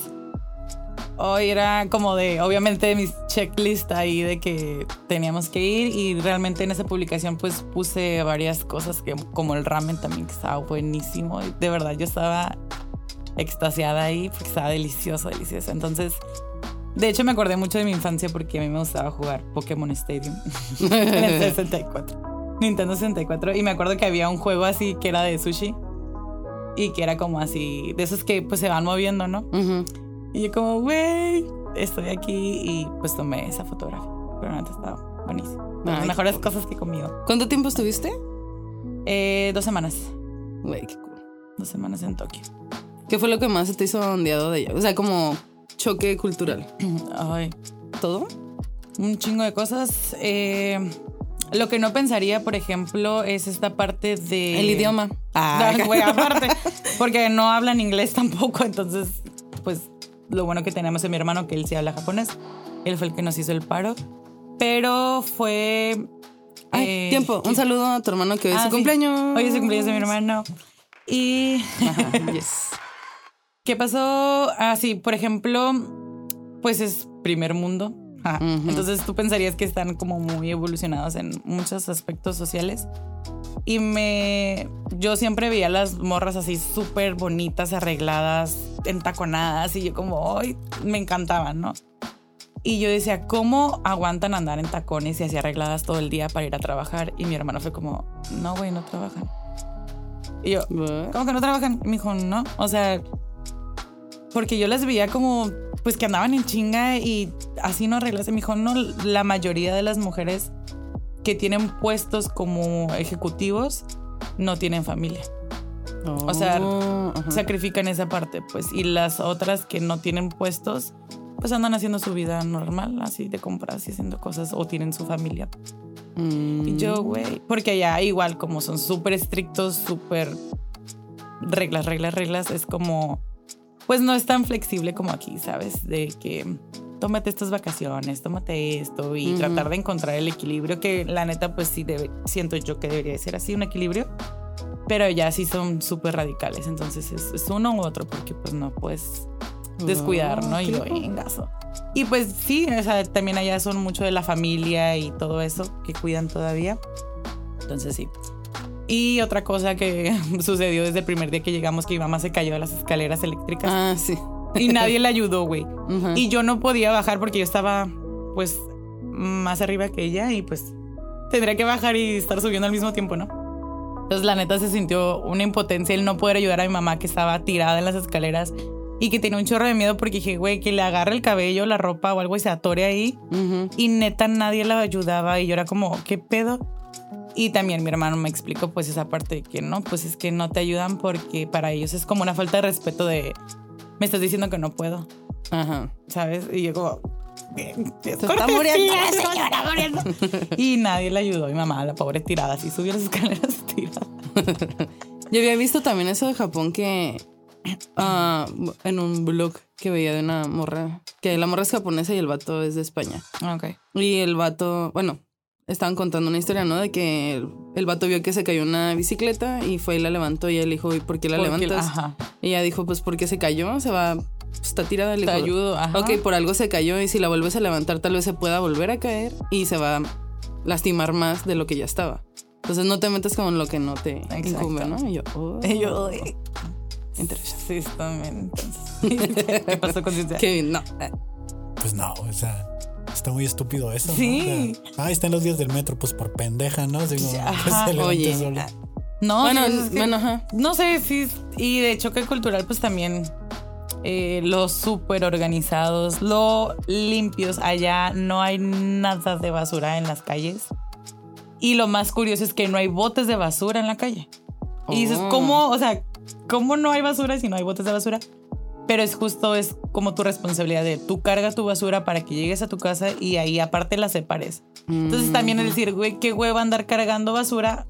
hoy era como de, obviamente, mis checklist ahí de que teníamos que ir y realmente en esa publicación pues puse varias cosas, que, como el ramen también, que estaba buenísimo. y De verdad, yo estaba extasiada ahí porque estaba delicioso, delicioso. Entonces... De hecho, me acordé mucho de mi infancia porque a mí me gustaba jugar Pokémon Stadium en el 64. Nintendo 64. Y me acuerdo que había un juego así que era de sushi. Y que era como así, de esos que pues se van moviendo, ¿no?
Ujú.
Y yo como, güey, estoy aquí. Y pues tomé esa fotografía. Pero antes estaba buenísimo. Las
Ay,
mejores
qué
cosas que he comido.
¿Cuánto tiempo estuviste?
Eh, dos semanas.
Güey, qué cool.
Dos semanas en Tokio.
¿Qué fue lo que más se te hizo ondeado de ella? O sea, como choque cultural.
Ay,
¿Todo?
un chingo de cosas. Eh, lo que no pensaría, por ejemplo, es esta parte de...
El idioma.
Ah, güey, aparte. Porque no hablan inglés tampoco. Entonces, pues lo bueno que tenemos es mi hermano, que él sí habla japonés. Él fue el que nos hizo el paro. Pero fue.
Ay,
eh,
tiempo. Un saludo a tu hermano que hoy es
Ah,
su
sí.
cumpleaños.
Hoy es el cumpleaños de mi hermano. Y.
Ajá, yes.
¿Qué pasó? Ah, sí, por ejemplo, pues es primer mundo. Ah,
Ujú.
Entonces tú pensarías que están como muy evolucionados en muchos aspectos sociales. Y me. Yo siempre veía las morras así súper bonitas, arregladas, entaconadas, y yo como, ¡ay! Me encantaban, ¿no? Y yo decía, ¿cómo aguantan andar en tacones y así arregladas todo el día para ir a trabajar? Y mi hermano fue como, no, güey, no trabajan. Y yo,
¿What?
¿cómo que no trabajan? Y me dijo, no. O sea, porque yo las veía como, pues que andaban en chinga y así no arreglas. Y me dijo, no, la mayoría de las mujeres que tienen puestos como ejecutivos no tienen familia. O sea,
Oh, ajá.
Sacrifican esa parte, pues. Y las otras que no tienen puestos, pues andan haciendo su vida normal, así de compras y haciendo cosas, o tienen su familia.
Mm.
Y yo, güey. Porque allá, igual, como son súper estrictos, súper reglas, reglas, reglas, es como. Pues no es tan flexible como aquí, ¿sabes? De que tómate estas vacaciones, tómate esto y
Ujú.
tratar de encontrar el equilibrio, que la neta, pues sí, debe- siento yo que debería de ser así, un equilibrio. Pero ya sí son súper radicales, entonces es, es uno u otro, porque pues no puedes descuidar,
Oh,
¿no? Y
qué
yo, eh,
loco.
"Engazo". Y pues sí, o sea, también allá son mucho de la familia y todo eso que cuidan todavía. Entonces sí. Y otra cosa que sucedió desde el primer día que llegamos, que mi mamá se cayó de las escaleras eléctricas
Ah, sí.
y nadie la ayudó, güey.
Ajá.
Y yo no podía bajar porque yo estaba, pues, más arriba que ella y pues tendría que bajar y estar subiendo al mismo tiempo, ¿no? Entonces la neta se sintió una impotencia el no poder ayudar a mi mamá que estaba tirada en las escaleras y que tenía un chorro de miedo porque dije, güey, que le agarre el cabello, la ropa o algo y se atore ahí.
Ujú.
Y neta nadie la ayudaba y yo era como, ¿qué pedo? Y también mi hermano me explicó pues esa parte de que no, pues es que no te ayudan porque para ellos es como una falta de respeto de, me estás diciendo que no puedo.
Ajá.
¿sabes? Y yo como... "Eh,
está
cortesía,
muriendo la
se está muriendo". Y nadie le ayudó. Mi mamá, la pobre tirada, así subió las escaleras tirada.
Yo había visto también eso de Japón que ah, en un blog que veía de una morra, que la morra es japonesa y el vato es de España.
Ok.
Y el vato, bueno, estaban contando una historia, ¿no? De que el, el vato vio que se cayó una bicicleta y fue y la levantó y él dijo, ¿y por qué la levantas?
Ajá.
Y ella dijo, pues porque se cayó, se va, pues, está tirada, le
Te
dijo,
ayudo. Ajá.
Ok, por algo se cayó y si la vuelves a levantar tal vez se pueda volver a caer y se va a lastimar más de lo que ya estaba. Entonces no te metas con lo que no te
Exacto.
incumbe, ¿no? Y yo, oh,
Y yo... "Ay".
Interesante.
Sí, está bien. Entonces, ¿qué pasó con Cintia?
que no.
Pues no, o sea, está muy estúpido eso. ¿no?
Sí.
O sea, ah, están los días del metro, pues por pendeja, ¿no? Así como, pues,
Ajá,
se levantó
oye. ah,
solo.
No,
bueno,
pues, es que-
bueno, ajá.
No sé si... Y de choque cultural, pues también... eh, los súper organizados, lo limpios. Allá no hay nada de basura en las calles. Y lo más curioso es que no hay botes de basura en la calle. Y dices,
Oh.
¿cómo? O sea, ¿cómo no hay basura si no hay botes de basura? Pero es justo, es como tu responsabilidad de tú carga tu basura para que llegues a tu casa y ahí aparte la separes. Entonces también es decir, güey, qué hueva andar cargando basura,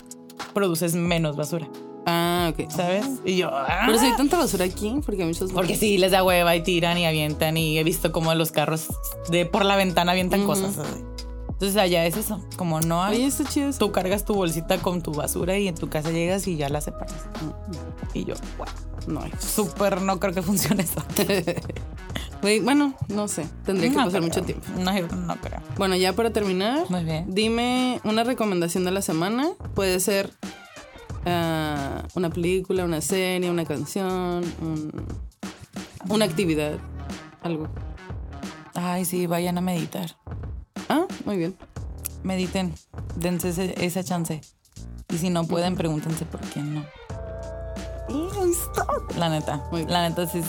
produces menos basura,
Ah, ok.
¿sabes? Y yo, "Ah".
Pero si hay tanta basura aquí, porque muchos...
porque sí, les da hueva y tiran y avientan y he visto como los carros de por la ventana avientan
Ujú.
cosas. así. Entonces allá es eso, como no hay...
Oye, está chido. eso.
Tú cargas tu bolsita con tu basura y en tu casa llegas y ya la separas. Y yo, wow.
No. hay.
Súper no creo que funcione eso.
Güey, bueno, no sé. Tendría que
No
pasar
creo.
mucho tiempo.
No, yo no creo.
Bueno, ya para terminar,
Muy bien.
Dime una recomendación de la semana. Puede ser ah, una película, una serie, una canción, un- una actividad, algo.
Ay, sí, vayan a meditar.
Ah, muy bien.
Mediten. Dense ese- esa chance. Y si no pueden, pregúntense por qué no. La neta.
Muy bien.
La neta sí es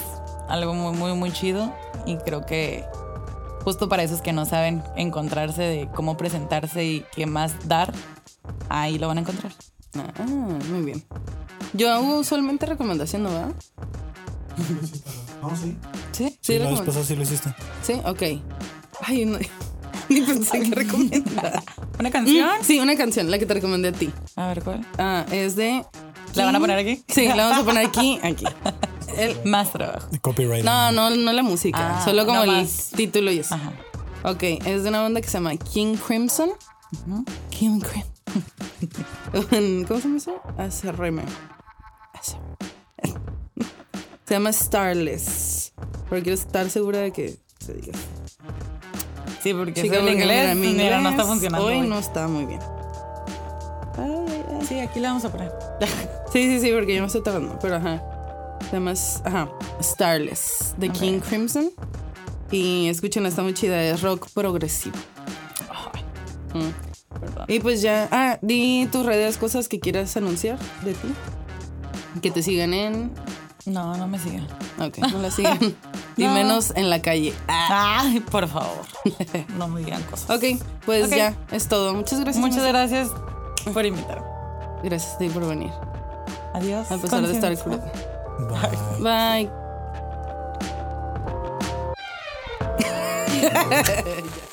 algo muy, muy, muy chido. Y creo que justo para esos que no saben encontrarse de cómo presentarse y qué más dar, ahí lo van a encontrar.
Ah, muy bien. Yo hago usualmente recomendación, ¿no va?
Sí.
Sí,
Sí,
la vez
recomend-
pasada sí lo hiciste.
sí, ok. Ay, no- ni pensé que recomendar.
¿Una
Mm,
canción?
Sí, una canción, la que te recomendé a ti.
Mm. A ver, ¿cuál?
Ah, es de.
¿La van a poner aquí?
Sí, la vamos a poner aquí, aquí.
El más trabajo.
Copyright.
No, no, no la música,
Ah,
solo como
no
el
más.
título y eso.
Ajá.
Ok, es de una banda que se llama King Crimson. King Crimson. ¿Cómo se llama eso? ACRM. ACRM. Se llama Starless. Pero quiero estar segura de que se diga.
Sí, porque
Chica,
es el
porque
inglés,
mira, mi
mira, no
inglés
está funcionando.
Hoy
güey.
no está muy bien. Ay, ay.
Sí, aquí la vamos a poner.
Sí, sí, sí, porque yo me estoy tardando, pero ajá. Se llama S- ajá, Starless, de King Crimson. Y escúchenla, está muy chida, es rock progresivo.
Perdón.
Y pues ya, ah, di tus redes, cosas que quieras anunciar de ti. Que te sigan en.
No, no me sigan.
Ok, no la sigan. Y
No.
menos en la calle. Ah.
Ay, por favor. No me digan cosas.
Ok, pues
Ok.
ya, es todo. Muchas gracias.
Muchas
Marce.
gracias por invitarme.
Gracias a ti por venir.
Adiós.
A pesar de estar cruda.
conciencia.
Bye.
Bye.